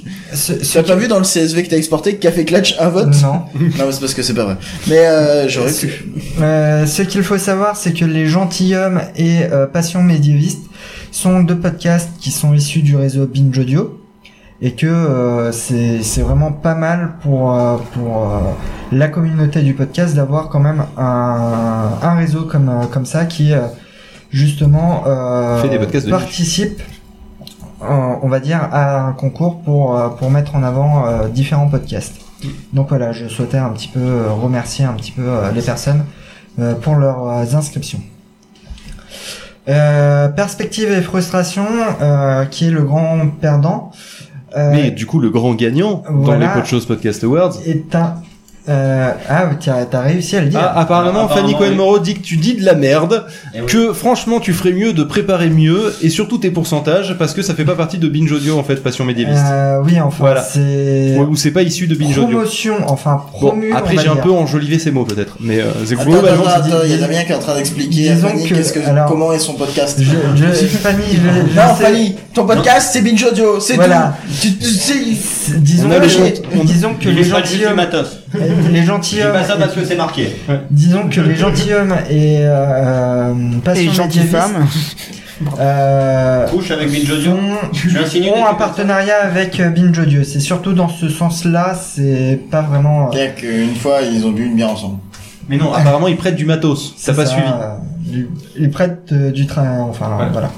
T'as pas vu dans le CSV que t'as exporté Café Clatch un vote Non. non mais c'est parce que c'est pas vrai. Mais euh, j'aurais C'est- pu. Euh, ce qu'il faut savoir, c'est que les gentilshommes et euh, passion médiéviste sont deux podcasts qui sont issus du réseau Binge Audio et que euh, c'est c'est vraiment pas mal pour euh, pour euh, la communauté du podcast d'avoir quand même un, un réseau comme euh, comme ça qui euh, justement euh, Fait des podcasts de niche. participe euh, on va dire à un concours pour euh, pour mettre en avant euh, différents podcasts. Mm. Donc voilà, je souhaitais un petit peu euh, remercier un petit peu euh, les personnes euh, pour leurs euh, inscriptions. Euh, perspective et frustration, euh, qui est le grand perdant, euh, Mais du coup, le grand gagnant voilà. dans les Podchos Podcast Awards. est un... euh, ah, t'as t'as réussi à le dire. Ah, apparemment, Fanny Cohen-Moreau dit que tu dis de la merde, Eh oui. que franchement, tu ferais mieux de préparer mieux, et surtout tes pourcentages, parce que ça fait pas partie de Binge Audio, en fait, Passion Médiéviste. Euh, oui, enfin, Voilà. c'est... Ou- Ou c'est pas issu de Binge Audio. Promotion, enfin, Bon, ah. promu, après, on va j'ai un dire. peu enjolivé ces mots, peut-être, mais euh, c'est Attends, globalement... attends, c'est dit- attends, il y a Damien qui est en train d'expliquer à Disons Fanny que- qu'est-ce que- comment est son podcast. je- Fanny, je- je non, sais- Fanny, ton podcast c'est Binge Audio, c'est Voilà. tout. Tu, tu, c'est- disons, que, disons que les gentilshommes, les gentilshommes, Pas ça parce que c'est marqué. disons que les gentilshommes et euh, Et gentilles femmes. euh, Couche avec Binge Audio. Je insinué ont un partenariat avec euh, Binge Audio. C'est surtout dans ce sens-là, c'est pas vraiment. euh, Une fois, ils ont bu une bière ensemble. Mais non, apparemment, ils prêtent du matos, t'as pas ça, suivi. euh, Ils prêtent euh, du train, enfin voilà.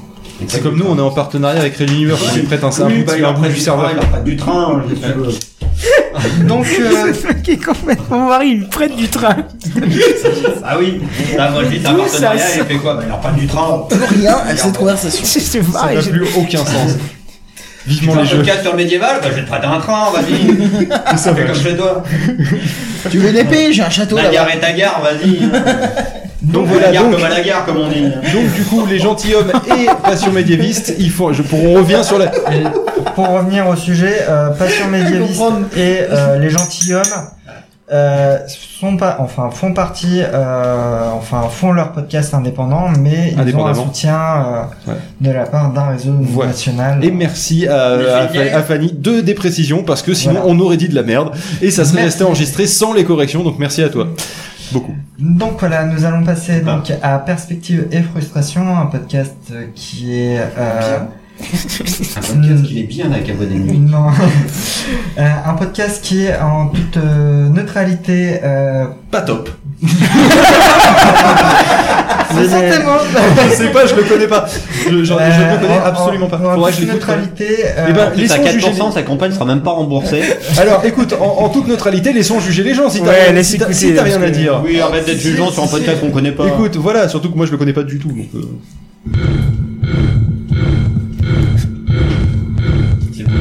C'est comme nous, on est en partenariat avec Red Universe, ils prêtent un Oui, simple, bah, un ils en bout prêtent du du serveur. train, ils en prêtent du train, je sais pas. Donc, euh, ce mec est complètement barré, il me prête du train. Ah oui, là moi je dis t'as un Tout ça, partenariat, ça- elle fait quoi Bah, Elle reprend du train. Plus rien à cette conversation. C'est Ça n'a plus aucun sens. Vivement Tu fais les un jeux. podcast sur le médiéval, bah je vais te prêter un train, vas-y. Ça fait comme chez toi. Tu veux une épée J'ai un château Bah, La là-bas. gare est ta gare, vas-y. Donc la voilà, gare donc- comme à la gare, comme on dit. Donc du coup, les gentilshommes et passion médiéviste, ils font. Je, pour- on revient sur la. Pour revenir au sujet, euh, passion médiéviste et euh, les gentilshommes euh, sont pas, enfin, font partie, euh, enfin, font leur podcast indépendant, mais ils ont un Indépendamment. soutien euh, de la part d'un réseau national. Et merci à, à Fa- à Fanny de des précisions parce que sinon on aurait dit de la merde et ça serait resté enregistré sans les corrections. Donc merci à toi. Beaucoup. Donc voilà, nous allons passer donc à Perspective et Frustration, un podcast euh, qui est... Euh... Un podcast qui est bien avec Abonné Nuit. Non. Euh, un podcast qui est en toute euh, neutralité... Euh... Pas top. C'est certainement... Je sais pas, je le connais pas. Je, je- je Euh, le connais en- absolument pas. en- en Faudrait que je toute l'écoute. neutralité, Eh euh, ben, en plus, laissons à juger 4%, les- Sa campagne sera même pas remboursée. Alors écoute, en, en toute neutralité, laissons juger les gens si t'as Ouais, rien, laisse si t'as- écouter, si t'as parce rien à que- dire. Oui, arrête d'être Si, jugeant si, sur un si. podcast qu'on connaît pas. Écoute, voilà, surtout que moi je le connais pas du tout. Donc, euh,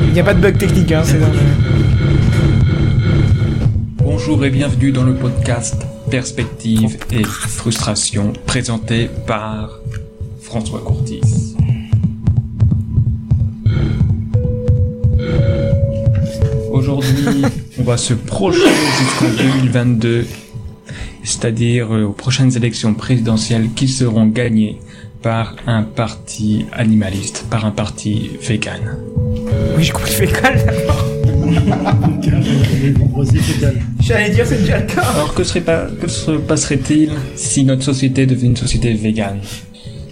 Il n'y a pas de bug technique, hein, c'est dangereux. Bonjour et bienvenue dans le podcast Perspective et Frustration présenté par François Courtis. Aujourd'hui, on va se projeter jusqu'en 2022, c'est-à-dire euh, aux prochaines élections présidentielles qui seront gagnées par un parti animaliste, par un parti vegan. Oui, je coupe le fécal. J'allais dire, c'est déjà le cas. Alors que, serait pas, que se passerait-il si notre société devenait une société végane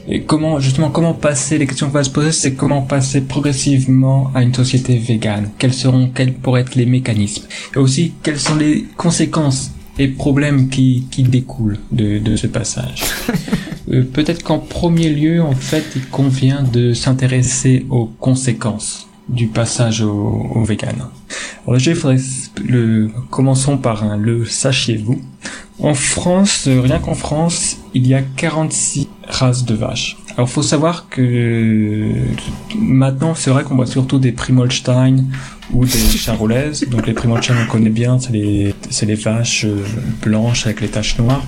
Et comment, justement, comment passer, les questions qu'on va se poser, c'est comment passer progressivement à une société végane Quels seront, quels pourraient être les mécanismes Et aussi, quelles sont les conséquences et problèmes qui, qui découlent de, de ce passage Euh, Peut-être qu'en premier lieu, en fait, il convient de s'intéresser aux conséquences du passage au, au vegan. Alors là, je faudrait s- le commençons par un le sachiez-vous. En France, euh, rien qu'en France, il y a 46 races de vaches. Alors faut savoir que euh, maintenant, c'est vrai qu'on voit surtout des Primolstein ou des charolaises. Donc les Primolstein, on connaît bien, c'est les c'est les vaches euh, blanches avec les taches noires.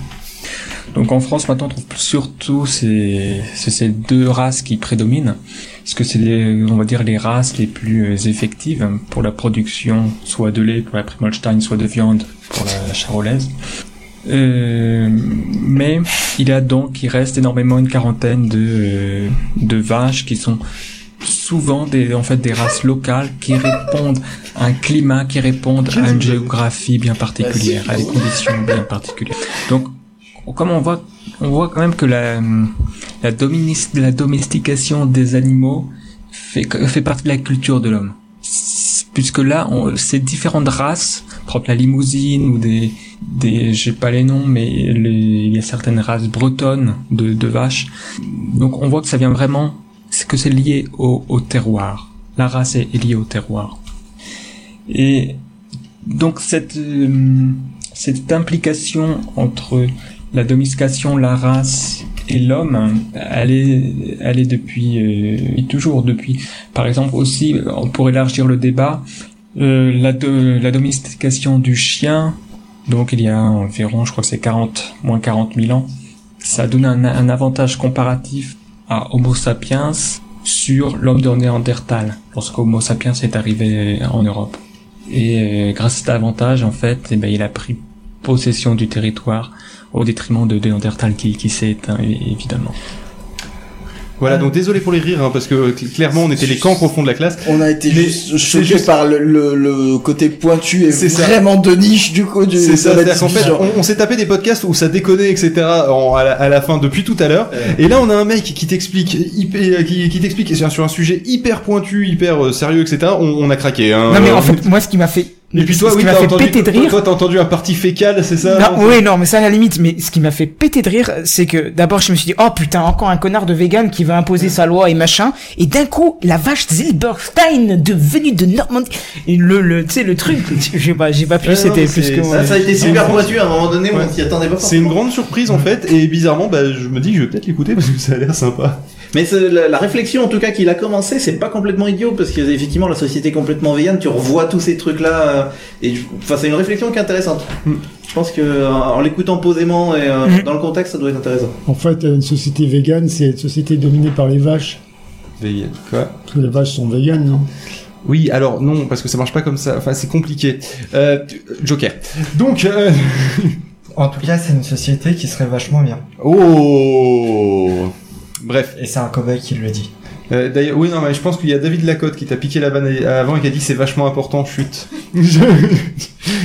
Donc en France maintenant on trouve surtout ces, c'est ces deux races qui prédominent, parce que c'est les, on va dire les races les plus euh, effectives hein, pour la production soit de lait pour la Primolstein, soit de viande pour la charolaise. Euh, mais il y a donc, il reste énormément une quarantaine de, euh, de vaches qui sont souvent des, en fait, des races locales qui répondent à un climat, qui répondent à une géographie bien particulière, à des conditions bien particulières. Donc, comme on voit, on voit quand même que la, la, dominis- la domestication des animaux fait, fait partie de la culture de l'homme. S- Puisque là, on, ces différentes races, propre la limousine ou des, des j'ai pas les noms, mais les- il y a certaines races bretonnes de, de vaches. Donc on voit que ça vient vraiment, c'est que c'est lié au, au terroir. La race est- est liée au terroir. Et donc cette, euh, cette implication entre la domestication, la race et l'homme, hein, elle est, elle est depuis euh, et toujours depuis. Par exemple aussi, euh, pour élargir le débat, euh, la, do- la domestication du chien, donc il y a environ, je crois que c'est 40, moins 40 000 ans, ça donne un, un avantage comparatif à Homo sapiens sur l'homme de Néandertal, lorsqu'Homo sapiens est arrivé en Europe. Et euh, grâce à cet avantage, en fait, eh ben, il a pris possession du territoire au détriment de Néandertal qui, qui s'est éteint, é- évidemment. Voilà, donc désolé pour les rires, hein, parce que cl- clairement on était les cancres au fond de la classe. On a été juste c'est choqué juste- par le, le- le côté pointu et C'est ça. vraiment de niche du coup du. C'est ça, de la c'est-à-dire qu'en fait, division. on, on s'est tapé des podcasts où ça déconnait, etc. en- à, la, à la fin depuis tout à l'heure. Et là, on a un mec qui t'explique, hyper- qui, qui t'explique sur, sur un sujet hyper pointu, hyper euh, sérieux, etc. On, on a craqué. Hein. Non, mais en fait, moi, ce qui m'a fait. Et puis toi, ce oui, qui m'a t'as fait entendu, péter de toi- rire. Toi, t'as entendu un parti fécal, c'est ça hein, Non, oui, non, mais ça à la limite. Mais ce qui m'a fait péter de rire, c'est que d'abord je me suis dit, oh putain, encore un connard de vegan qui va Mm. imposer sa loi et machin. Et d'un coup, la vache Zilberstein de venue de Normandie, Et le, le, tu sais, le truc. J'ai pas, j'ai pas pu. Ouais, non, c'était mais plus c'est- que. Mm. ça, ça a été super pointu, à un moment donné, Ouais. on s'y attendait pas. C'est une grande surprise en fait, et bizarrement, bah, je me dis que je vais peut-être l'écouter parce que ça a l'air sympa. Mais c'est la, la réflexion en tout cas qu'il a commencé, c'est pas complètement idiot parce que effectivement la société complètement végane, tu revois tous ces trucs là et je- enfin c'est une réflexion qui est intéressante. Mm. Je pense que euh, en l'écoutant posément et euh, dans le contexte ça doit être intéressant. En fait, une société végane, c'est une société dominée par les vaches. Vegan, quoi Parce que les vaches sont véganes, non Oui, alors non, parce que ça marche pas comme ça. Enfin, c'est compliqué. Euh, tu- Joker. Donc. euh, En tout cas, c'est une société qui serait vachement bien. Oh. Bref. Euh, Et c'est un cowboy qui le dit. D'ailleurs, oui, non, mais je pense qu'il y a David Lacote qui t'a piqué la vanne avant et qui a dit que c'est vachement important, chute. Je-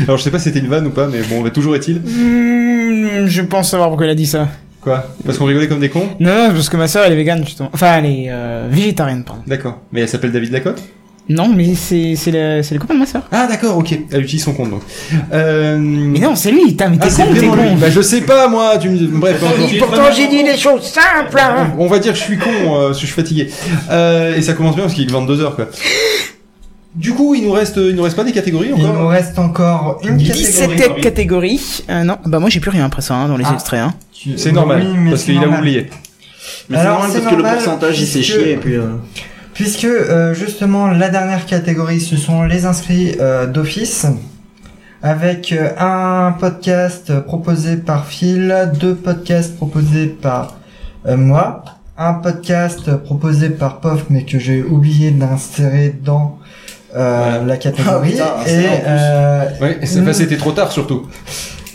Alors, je sais pas si c'était une vanne ou pas, mais bon, mais toujours est-il. Hmm, je pense savoir pourquoi il a dit ça. Quoi Parce qu'on rigolait comme des cons Non, non, parce que ma sœur elle est végane justement. Enfin, elle est euh, végétarienne, pardon. D'accord. Mais elle s'appelle David Lacote Non, mais c'est c'est le, c'est le copain de ma sœur. Ah d'accord, ok. Elle utilise son compte donc. Euh... Mais non, c'est lui. T'as mais Ah, t'es c'est con, t'es vraiment lui. con. Bah, je sais pas, moi. Tu me... Bref. Oui, encore. pourtant j'ai dit des choses simples. hein. On va dire je suis con, euh, parce que je suis fatigué. Euh, et ça commence bien parce qu'il est 22h quoi. Du coup, il nous reste il nous reste pas des catégories encore Il nous reste encore une catégorie. 17 catégories. Euh, non, bah moi j'ai plus rien après ça hein, dans les Ah. extraits. Hein. C'est normal parce qu'il a oublié. Mais c'est Alors, normal c'est parce que le normal, pourcentage il s'est puisque- chié et puis. euh, Puisque euh, justement la dernière catégorie, ce sont les inscrits euh, d'office, avec euh, un podcast euh, proposé par Phil, deux podcasts proposés par euh, moi, un podcast proposé par Pof mais que j'ai oublié d'insérer dans euh, la catégorie Ah, putain, et c'est en plus. euh, Ouais, et c'est Mm. une- pas c'était trop tard surtout.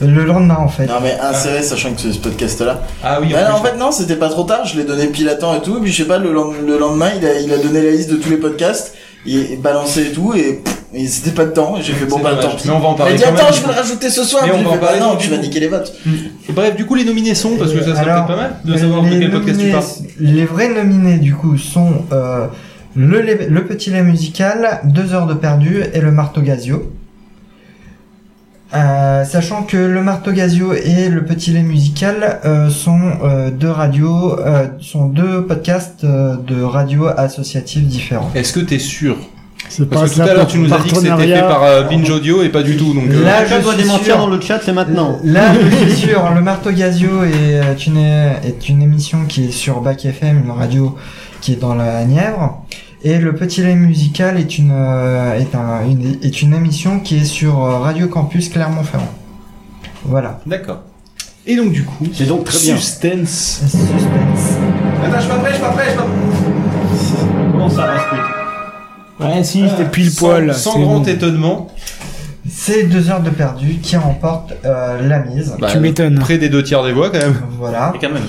le lendemain en fait. Non mais inséré sachant que c'est ce podcast là. Ah oui. Bah non, en fait non, c'était pas trop tard, je l'ai donné pile à temps et tout, et puis je sais pas, le, lend- le lendemain il a, il a donné la liste de tous les podcasts, il, il balançait et tout, et pff, ils étaient pas dedans, et j'ai fait bon C'est bah dommage, tant pis. mais on va en parler Il a dit quand attends, même. je vais le rajouter ce soir, Mais on puis j'ai va en fait, bah parler non, du tu coup. Mm. vas niquer les votes. Bref, du coup les nominés sont parce que ça serait Alors, peut-être pas mal de savoir de les quel podcast tu nominés- parles. Les vrais nominés du coup sont euh, le, lait- le petit lait musical, Deux heures de perdu et le marteau gazio. Euh, sachant que le marteau gazio et le petit lait musical euh, sont euh, deux radios, euh, sont deux podcasts euh, de radios associatives différents. Est-ce que t'es sûr C'est Parce que tout à l'heure tu nous as dit que c'était fait par euh, Binge Audio et pas du tout donc. euh, Là, je je dois suis démentir sûr. dans le chat, c'est maintenant. Là, je suis sûr, le marteau gazio est une, est une émission qui est sur Bac FM, une radio qui est dans la Nièvre. Et le petit lait musical est une, euh, est, un- une, est une émission qui est sur euh, Radio Campus Clermont-Ferrand. Voilà. D'accord. Et donc du coup, c'est donc très bien. Suspense. Attends, je suis pas prêt, je suis pas prêt, je suis pas Comment ça respecte Ouais, si, c'était Ah, pile sans- poil. sans c'est grand bon. étonnement. C'est deux heures de perdu qui remporte euh, la mise. Bah, Près des deux tiers des voix quand même. Voilà. Et quand même.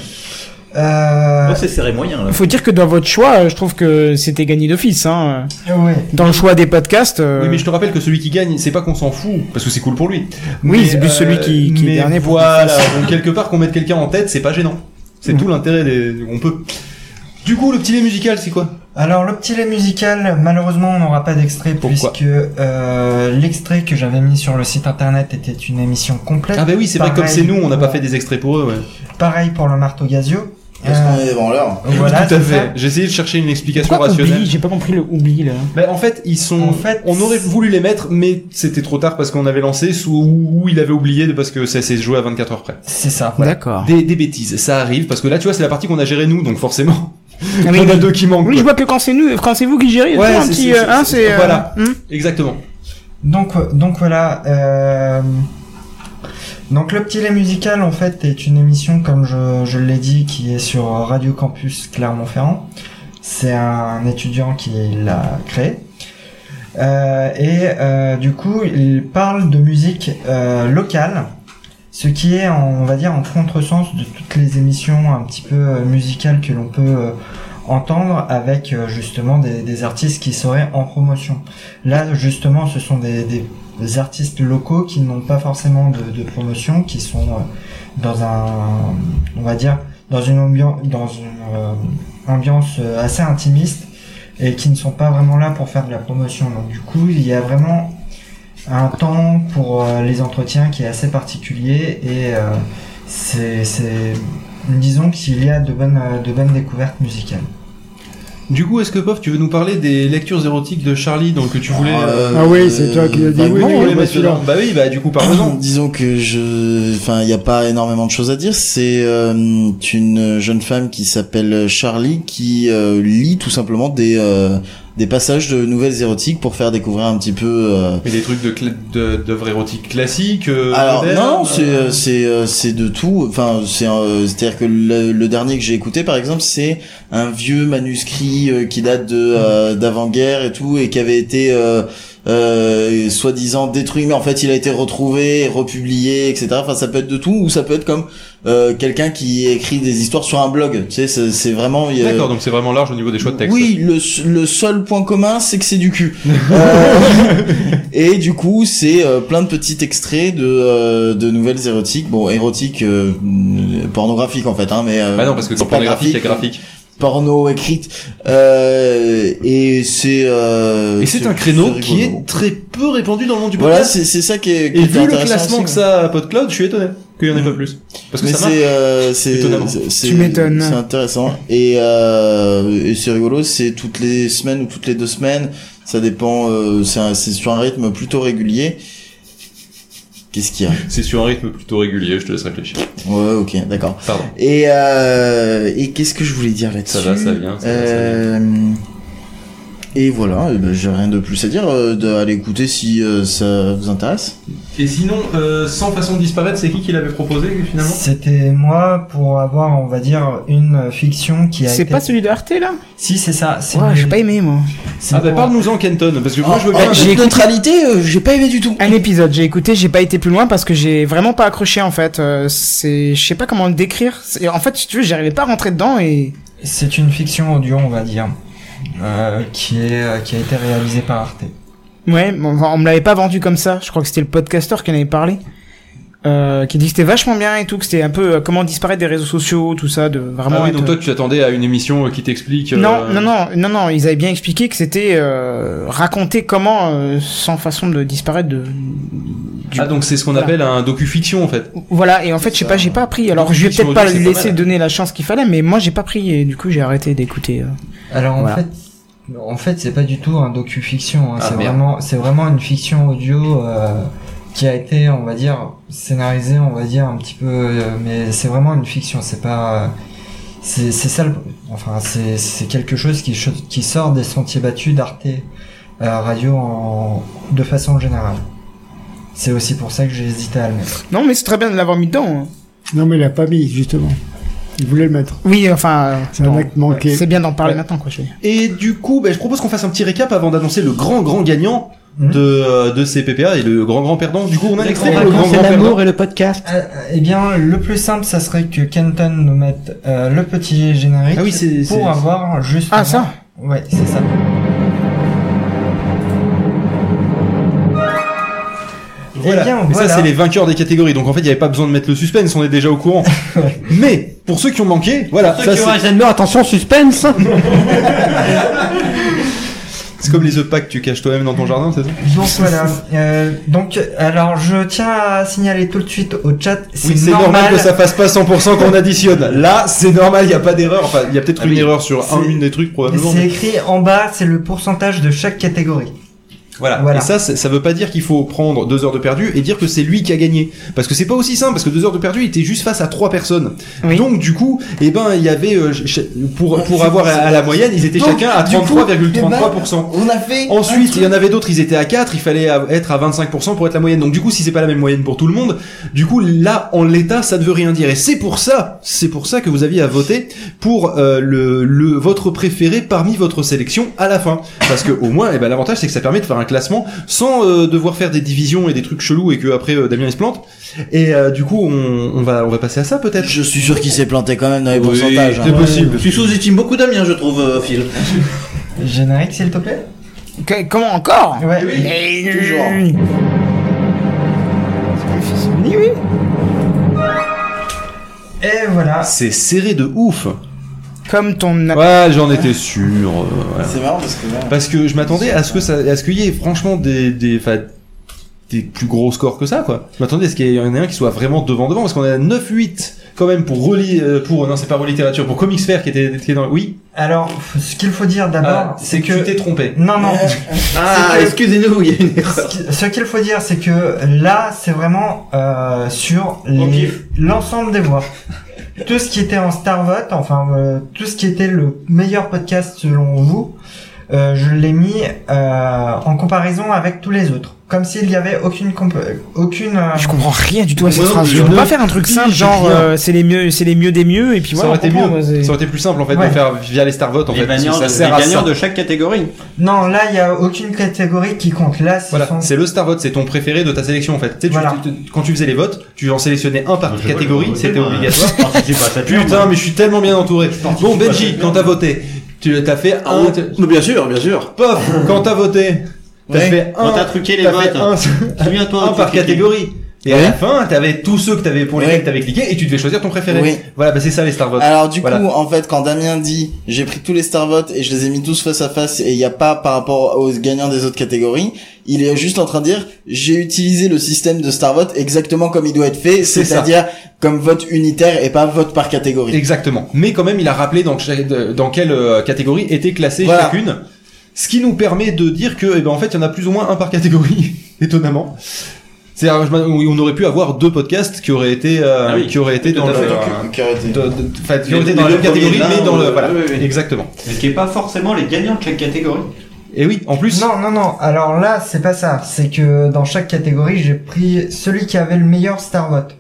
Euh, Oh, c'est serré moyen là. Faut dire que dans votre choix, euh, je trouve que c'était gagné d'office. Hein. Oui. Dans le choix des podcasts. euh, Oui, mais je te rappelle que celui qui gagne, c'est pas qu'on s'en fout, parce que c'est cool pour lui. Oui, Mais, euh, c'est plus celui qui- qui est mais dernier pour Voilà, qu'il fasse. Mm. donc quelque part qu'on mette quelqu'un en tête, c'est pas gênant. C'est tout l'intérêt des. On peut. Du coup, le petit lait musical, c'est quoi Alors le petit lait musical, malheureusement on n'aura pas d'extrait puisque euh, l'extrait que j'avais mis sur le site internet était une émission complète. Ah, bah oui, c'est vrai, comme Pareil c'est nous, on n'a pas pour- fait des extraits pour eux, ouais. Pareil pour le marteau gazio. Parce Euh, qu'on est devant l'heure. Voilà, tout à c'est fait. ça. J'ai essayé de chercher une explication Pourquoi rationnelle. oubli J'ai pas compris le oubli là. Ben, en fait, ils sont. on aurait voulu les mettre, mais c'était trop tard parce qu'on avait lancé sous ou il avait oublié de- parce que ça s'est joué à 24 heures près. C'est ça. D'accord. Des, des bêtises, ça arrive parce que là, tu vois, c'est la partie qu'on a gérée nous, donc forcément. Ah, mais on a il- deux qui manquent. Oui, je quoi. vois que quand c'est nous, quand c'est vous qui gérez, Ouais, tu vois, un c'est- petit, c'est- euh, hein, c'est- c'est. euh, voilà. hmm. Exactement. Donc, donc voilà. euh, Donc le petit lait musical en fait est une émission comme je, je l'ai dit qui est sur Radio Campus Clermont-Ferrand. C'est un étudiant qui l'a créé. Euh, et euh, du coup il parle de musique euh, locale, ce qui est en- on va dire en contresens de toutes les émissions un petit peu euh, musicales que l'on peut euh, entendre avec euh, justement des, des artistes qui seraient en promotion. Là, justement, ce sont des, des- des artistes locaux qui n'ont pas forcément de, de promotion, qui sont euh, dans un, on va dire, dans une, ambiance, dans une euh, ambiance euh, assez intimiste et qui ne sont pas vraiment là pour faire de la promotion. Donc, du coup, il y a vraiment un temps pour euh, les entretiens qui est assez particulier et euh, c'est, c'est- disons qu'il y a de bonnes, euh, de bonnes découvertes musicales. Du coup, est-ce que Pof, tu veux nous parler des lectures érotiques de Charlie, donc que tu voulais euh, Ah oui, c'est toi qui as dit bah, oui, non, oui, on oui, les bah, met celui-là. dedans. Bah oui, bah du coup, parlons. Disons que je, enfin, il n'y a pas énormément de choses à dire. C'est euh, une jeune femme qui s'appelle Charlie qui euh, lit tout simplement des euh, des passages de nouvelles érotiques pour faire découvrir un petit peu. euh, Mais des trucs de cla- de d'œuvres érotiques classiques. euh, alors modernes, non, c'est euh, euh, c'est euh, c'est de tout. Enfin, c'est à dire que le, le dernier que j'ai écouté, par exemple, c'est un vieux manuscrit euh, qui date de euh, d'avant-guerre et tout, et qui avait été euh, euh, soi-disant détruit, mais en fait, il a été retrouvé, republié, etc. Enfin, ça peut être de tout, ou ça peut être comme euh, quelqu'un qui écrit des histoires sur un blog. Tu sais, c'est c'est vraiment. euh, il y a- D'accord, donc c'est vraiment large au niveau des choix de texte. oui, le, s- le seul point commun, c'est que c'est du cul. Euh, et du coup, c'est euh, plein de petits extraits de, euh, de nouvelles érotiques. Bon, érotiques, euh, pornographiques en fait, hein, mais... euh, Bah non, parce que c'est dans pas pornographique, il y a graphique. Porno écrite. Euh, et c'est... euh, Et c'est un créneau c'est qui est rigolo. très peu répandu dans le monde du Voilà, podcast. c'est c'est ça qui est, qui Et est vu le intéressant classement aussi, que ça a à PodCloud, je suis étonné qu'il n'y en ait pas plus. Parce que mais ça marche. c'est euh, c'est Étonnamment. c'est- c'est- Tu m'étonnes. c'est intéressant et, euh, et c'est rigolo c'est toutes les semaines ou toutes les deux semaines ça dépend euh, c'est un- c'est sur un rythme plutôt régulier qu'est-ce qu'il y a C'est sur un rythme plutôt régulier, je te laisse réfléchir. ouais ok d'accord Pardon. et euh, et qu'est-ce que je voulais dire là-dessus Ça va, ça vient, ça va, ça Euh, et voilà eh ben, j'ai rien de plus à dire euh, d'aller écouter si euh, ça vous intéresse Et sinon, euh, sans façon de disparaître, c'est qui qui l'avait proposé finalement C'était moi pour avoir, on va dire, une fiction qui a C'est été- pas celui de Arte là Si, c'est ça. c'est- Ouais, j'ai pas aimé moi. Ah bah parle-nous-en Kenton, parce que moi je veux bien... neutralité, euh, j'ai pas aimé du tout. Ah, Un épisode, j'ai écouté, j'ai pas été plus loin parce que j'ai vraiment pas accroché en fait. Euh, c'est, je sais pas comment le décrire. C'est- En fait, si tu veux, j'arrivais pas à rentrer dedans et. C'est une fiction audio, on va dire, euh, qui, est, euh, qui a été réalisée par Arte. Ouais, bon, enfin, on me l'avait pas vendu comme ça. Je crois que c'était le podcasteur qui en avait parlé, euh, qui dit que c'était vachement bien et tout, que c'était un peu euh, comment disparaître des réseaux sociaux, tout ça, de vraiment. Ah oui, être- euh, donc toi tu t'attendais à une émission euh, qui t'explique... euh, Non, non, non, non, non, ils avaient bien expliqué que c'était euh, raconter comment, euh, sans façon de disparaître, de... Ah donc c'est ce qu'on Voilà. appelle un docu-fiction en fait. voilà. Et en fait, je sais pas, j'ai pas appris. Alors, je vais Fiction peut-être pas audio, c'est lui pas laisser mal. donner la chance qu'il fallait, mais moi, j'ai pas pris et du coup, j'ai arrêté d'écouter. euh. Alors en Voilà. fait, en fait, c'est pas du tout un docu-fiction. hein. Ah, c'est merde. vraiment, c'est vraiment une fiction audio euh, qui a été, on va dire, scénarisée, on va dire un petit peu, euh, mais c'est vraiment une fiction. C'est pas, euh, c'est, c'est ça. le- enfin, c'est, c'est quelque chose qui, cho- qui sort des sentiers battus d'Arte euh, Radio en, de façon générale. C'est aussi pour ça que j'ai hésité à le mettre. Non, mais c'est très bien de l'avoir mis dedans. hein. Non, mais il l'a pas mis, justement. Il voulait le mettre. Oui, enfin. euh. C'est un acte manqué. C'est bien d'en parler Ouais. maintenant, quoi. Je... veux dire. Et du coup, ben, je propose qu'on fasse un petit récap avant d'annoncer le grand grand gagnant de, euh, de ces PPA et le grand grand perdant. Du coup, on a l'extrait pour le grand grand perdant. et le podcast. eh bien, le plus simple, ça serait que Kenton nous mette euh, le petit générique Ah oui, c'est- c'est- pour avoir juste. Ah, ça Ouais, c'est ça. Voilà. Eh bien, Mais voilà. ça, c'est les vainqueurs des catégories. Donc en fait, il n'y avait pas besoin de mettre le suspense, on est déjà au courant. Mais pour ceux qui ont manqué, voilà. Pour ceux qui ont un c'est- attention, suspense C'est comme les œufs Pâques que tu caches toi-même dans ton jardin, c'est ça Donc voilà. Euh, donc, alors, je tiens à signaler tout de suite au chat. Oui, c'est normal. que ça fasse pas 100% qu'on additionne. Là, c'est normal, il n'y a pas d'erreur. Enfin, il y a peut-être une erreur sur un, Ah c'est- une des trucs, probablement. C'est mais- écrit en bas, c'est le pourcentage de chaque catégorie. Voilà. Et ça, c'est- ça veut pas dire qu'il faut prendre deux heures de perdu et dire que c'est lui qui a gagné. Parce que c'est pas aussi simple, parce que deux heures de perdu, il était juste face à trois personnes. Donc, du coup, eh ben, il y avait, euh, ch- ch- pour, pour avoir à, à la moyenne, ils étaient Donc, chacun à du coup, 33,33%. eh ben, on a fait Ensuite, il y en avait d'autres, ils étaient à 4, il fallait à- être à 25% pour être la moyenne. Donc, du coup, si c'est pas la même moyenne pour tout le monde, du coup, là, en l'état, ça ne veut rien dire. Et c'est pour ça, c'est pour ça que vous aviez à voter pour euh, le, le, votre préféré parmi votre sélection à la fin. Parce que, au moins, eh ben, l'avantage, c'est que ça permet de faire un classement sans euh, devoir faire des divisions et des trucs chelous et que après, euh, Damien il se plante. Et euh, du coup, on, on va, on va passer à ça peut-être. Je suis sûr qu'il s'est planté quand même dans les Oui, pourcentages hein. c'est possible. Tu sous-estimes beaucoup Damien, je trouve, euh, Phil. Générique, s'il te plaît Que- comment encore Ouais. toujours. Oui, oui. Et voilà. C'est serré de ouf. Comme ton. Ouais, j'en étais sûr. euh, voilà. c'est marrant parce que là, Parce que je m'attendais à ce que ça, à ce qu'il y ait franchement des, des, enfin, des plus gros scores que ça, quoi. Je m'attendais à ce qu'il y en ait un qui soit vraiment devant devant, parce qu'on a 9-8 quand même pour reli, euh, pour, non, c'est pas littérature, pour Comics Fair qui était, qui était dans, oui. Alors, ce qu'il faut dire d'abord, Ah, c'est que tu t'es trompé. Non, non. Ah, C'est que- excusez-nous, il y a une erreur. Ce qu'il faut dire, c'est que là, c'est vraiment euh, sur les- l'ensemble des voix. Tout ce qui était en Star Vote, enfin, euh, tout ce qui était le meilleur podcast selon vous, euh, je l'ai mis euh, en comparaison avec tous les autres. Comme s'il n'y avait aucune... comp- euh, aucune euh, Je comprends rien du tout à cette Ouais, phrase. je Je peux ne pas faire un truc pige simple, genre rien. euh, c'est les mieux, c'est les mieux des mieux, et puis ça voilà. aurait été on mieux. comprend, moi, c'est- ça aurait été plus simple en fait Ouais. de faire via les Star Vote en fait. parce que ça sert à ça. chaque catégorie. euh, Non, là, il n'y a aucune catégorie qui compte. Là, c'est Voilà, c'est le Star Vote, c'est ton préféré de ta sélection en fait. Tu sais, tu- tu- tu- quand tu faisais les votes, tu en sélectionnais un par catégorie, c'était obligatoire. Putain, mais je suis tellement bien entouré. Bon, Benji, quand t'as voté, tu t'as fait un. Ah bien sûr, bien sûr. Pof, quand t'as voté, t'as Ouais. fait un. Quand t'as truqué les t'as fait votes. un- Souviens-toi, un tu par cliquais. catégorie. Et à Ouais. la fin, t'avais tous ceux que t'avais pour lesquels t'avais cliqué et tu devais choisir ton préféré. Oui. Voilà, bah c'est ça les Star Vote. Alors du Voilà. coup, en fait, quand Damien dit j'ai pris tous les Starvotes et je les ai mis tous face à face et il n'y a pas par rapport aux gagnants des autres catégories, il est juste en train de dire j'ai utilisé le système de Starvote exactement comme il doit être fait, C'est ça. c'est-à-dire comme vote unitaire et pas vote par catégorie. Exactement. Mais quand même, il a rappelé dans, chaque- dans quelle euh, catégorie était classée chacune. Ce qui nous permet de dire que, eh ben, en fait, il y en a plus ou moins un par catégorie, étonnamment. C'est, on aurait pu avoir deux podcasts qui auraient été, euh, Ah oui, qui auraient été tout dans à le, fait. hein. qui auraient été, euh, Les deux dans la même premiers catégorie, de l'un, mais dans le, euh, voilà, oui, oui, oui. exactement. Ce qui est pas forcément les gagnants de chaque catégorie. Et oui, en plus. Non, non, non. Alors là, c'est pas ça. C'est que dans chaque catégorie, j'ai pris celui qui avait le meilleur Star Vote.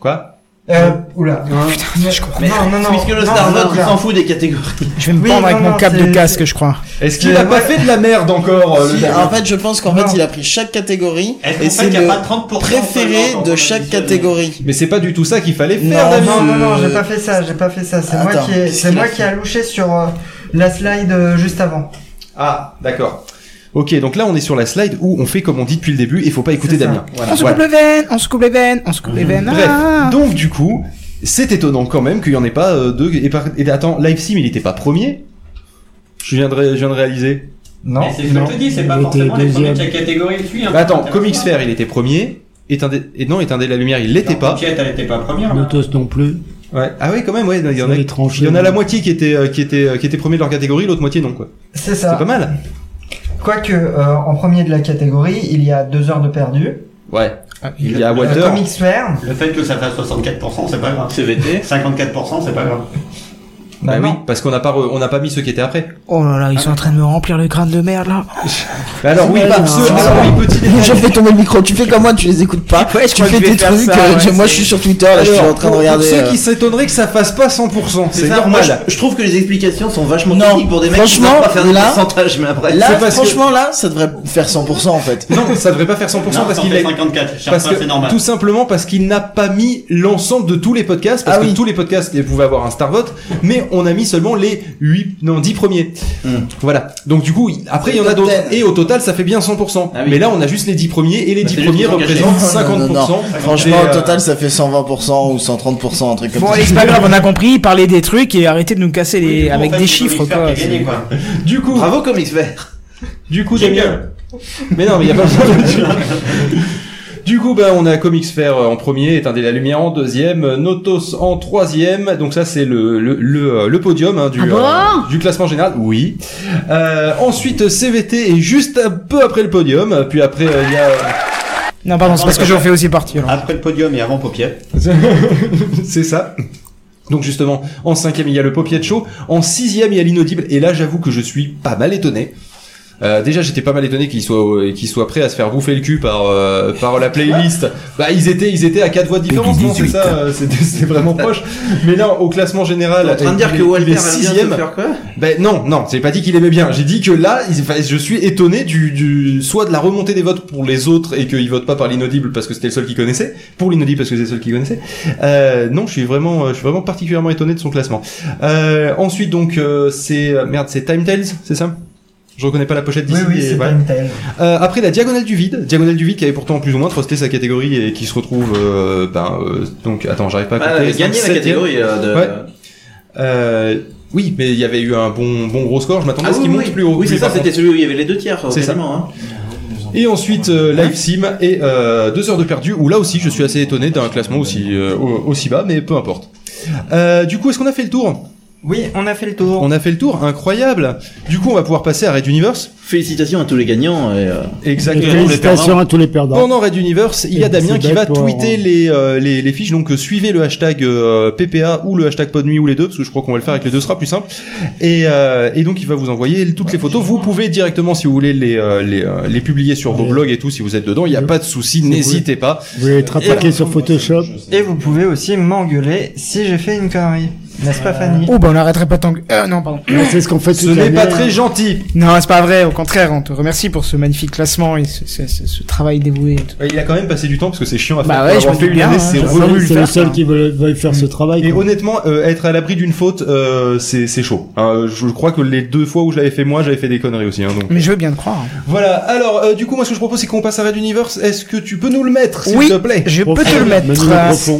Quoi Euh, oula. Ah, Putain, je comprends. Non, non, non. Puisque le non, Star non, Vote, il là. s'en fout des catégories. Je vais me Oui, pendre non, avec mon non, câble de c'est- casque, je crois. Est-ce qu'il a pas fait de la merde encore euh, Si, en fait, je pense qu'en fait, il a pris chaque catégorie Est-ce qu'en et fait, c'est il y a le pas 30% préféré seulement de chaque catégorie. Mais c'est pas du tout ça qu'il fallait faire, Non, Damien. non, non, non, j'ai pas fait ça, j'ai pas fait ça. C'est moi Attends, qui ai, qu'est-ce c'est qu'il a moi fait qui a louché sur euh, la slide euh, juste avant. Ah, d'accord. Ok, donc là, on est sur la slide où on fait comme on dit depuis le début et faut pas écouter Damien. Voilà. On se Voilà. coupe les veines, on se coupe les veines, on se coupe les veines. Bref, ah. donc du coup, c'est étonnant quand même qu'il n'y en ait pas euh, deux. Et, par- et attends, Live Sim, il était pas premier Je viens de, ré- je viens de réaliser. Non. C'est ce que je te dis, c'est pas forcément les premiers de chaque catégorie. hein. Tu y es un peu Bah attends, intéressant. Comics Fair, il était premier. Éteindre, et non, éteindre la lumière, il l'était pas. Piette, elle était pas première. là. Notos non plus. Ouais. Ah oui, quand même, ouais. Il y en a, il y en a la moitié qui était, euh, qui était, euh, qui était premier de leur catégorie, l'autre moitié non, quoi. C'est C'est ça. pas mal. Quoique, euh, en premier de la catégorie, il y a deux heures de perdu. Ouais. Ah, il y a Le Walter. Comics Fair. Le fait que ça fasse 64%, c'est pas grave. CVT. 54%, c'est pas grave. Bah oui, parce qu'on n'a pas, re- on n'a pas mis ceux qui étaient après. Oh là là, ils sont en train de me remplir le crâne de merde là. Bah alors oui, Ah, parce- ah, alors, oui, petit détail. J'ai fait tomber le micro, tu fais comme moi, tu les écoutes pas. je tu crois fais que des je vais faire trucs, ça, euh, ouais, je- moi c'est- je suis sur Twitter, là je suis Alors, en train pour- de pour regarder. ceux euh, qui s'étonneraient que ça fasse pas 100%, c'est ça, moi, normal. je, je trouve que les explications sont vachement Non, techniques pour des mecs qui franchement, savent pas faire des là- pourcentages, mais après. Là, C'est parce que- franchement, là, ça devrait faire 100% en fait. Non, ça devrait pas faire 100% Non, parce ça en qu'il fait a 54, Charles, parce ça, que- c'est normal. tout simplement parce qu'il n'a pas mis l'ensemble de tous les podcasts Ah parce que tous les podcasts ils pouvaient avoir un star vote mais on a mis seulement les 8 non 10 premiers. Hmm. Voilà. Donc du coup, il- après il y en a Top d'autres et au total ça fait bien 100%. Ah Mais là on a juste les 10 premiers et Bah, les 10 premiers représentent 50% Non, non, non. Franchement, des, euh, au total, ça fait 120% ou 130%, un truc comme Bon ça. allez, c'est pas grave, on a compris, parlez des trucs et arrêtez de nous casser les... avec des chiffres quoi. c'est- Du coup, bravo Comics Vert. Du coup, Jingle. Damien. Mais non, mais il y a pas besoin de- Du coup, ben, on a Comics Fair en premier, Éteindre la lumière en deuxième, Notos en troisième. Donc ça, c'est le, le, le, euh, le podium hein, du, Ah bon du classement général. Oui. Euh, ensuite, CVT est juste un peu après le podium. Puis après, euh, il y a... Non, pardon, c'est parce que j'en fais aussi partie. Après le podium et avant Popiette. c'est ça. Donc justement, en cinquième, il y a le Popiet Show. En sixième, il y a l'inaudible. Et là, j'avoue que je suis pas mal étonné. Euh, déjà, j'étais pas mal étonné qu'ils soient euh, qu'ils soient prêts à se faire bouffer le cul par euh, par la playlist. Bah, ils étaient ils étaient à quatre voix de différence, non C'est ça, euh, c'était c'était vraiment proche. Mais là, au classement général, T'es en train de dire il que est- il Walter est aime bien se sixième. faire quoi Ben non, non, j'ai pas dit qu'il aimait bien. J'ai dit que là, il- enfin, je suis étonné du, du soit de la remontée des votes pour les autres et qu'ils votent pas par l'inaudible parce que c'était le seul qui connaissait, pour l'inaudible parce que c'était le seul qui connaissait. Euh, non, je suis vraiment, euh, je suis vraiment particulièrement étonné de son classement. Euh, ensuite, donc, euh, c'est euh, merde, c'est Time Tales, c'est ça Je reconnais pas la pochette d'ici. Oui, oui, mais c'est voilà. Time Tale. Euh, après la diagonale du vide, diagonale du vide qui avait pourtant plus ou moins trusté sa catégorie et qui se retrouve, euh, ben, euh, donc, attends, j'arrive pas à Bah, compter. elle avait gagné la Septième. catégorie, euh, de- Ouais. Euh, oui, mais il y avait eu un bon, bon gros score. Je m'attendais Ah à ce oui, qu'il oui, monte oui. plus haut. Oui, c'est Lui, ça, par c'était contre. celui où il y avait les deux tiers. C'est ça. quasiment, hein. Et ensuite, euh, Live Sim et euh, deux heures de perdu, où là aussi je suis assez étonné d'un classement aussi, euh, au- aussi bas, mais peu importe. Euh, du coup, est-ce qu'on a fait le tour Oui, on a fait le tour. On a fait le tour, incroyable. Du coup, on va pouvoir passer à Red Universe. Félicitations à tous les gagnants. Et, euh, Exactement. Félicitations à tous les perdants. Pendant Red Universe, il y a Et Damien c'est qui bête, va toi, hein. tweeter les, euh, les, les fiches. Donc euh, suivez le hashtag euh, PPA ou le hashtag Podnuit ou les deux, parce que je crois qu'on va le faire avec les deux, ce sera plus simple. Et, euh, et donc il va vous envoyer toutes les photos. Vous pouvez directement, si vous voulez, les, euh, les, euh, les publier sur vos blogs et tout, si vous êtes dedans. Il n'y a pas de souci, n'hésitez pas. Vous voulez être attaqué Et- sur Photoshop Et vous pouvez aussi m'engueuler si j'ai fait une connerie. N'est-ce pas Fanny Oh bah on arrêterait pas tant que... Euh non, pardon. Ouais, c'est ce qu'on fait Ce toute n'est l'année. pas très gentil. Non, c'est pas vrai, au contraire, on te remercie pour ce magnifique classement et ce, ce- ce- ce travail dévoué. et tout. Ouais, Il a quand même passé du temps parce que c'est chiant à faire. Bah Pour ouais, je avoir me fait doute une bien, année, hein, c'est j'aurais relou. voulu Ah le C'est le faire, seul qui veut, veut faire ce travail. Et honnêtement, euh, être à l'abri d'une faute, euh, c'est c'est chaud. Euh, je crois que les deux fois où je l'avais fait moi, j'avais fait des conneries aussi. Hein, donc. Mais je veux bien te croire. Voilà, alors Eh, euh, du coup moi ce que je propose c'est qu'on passe à Red Universe. Est-ce que tu peux nous le mettre s'il Oui, te plaît je peux te le mettre.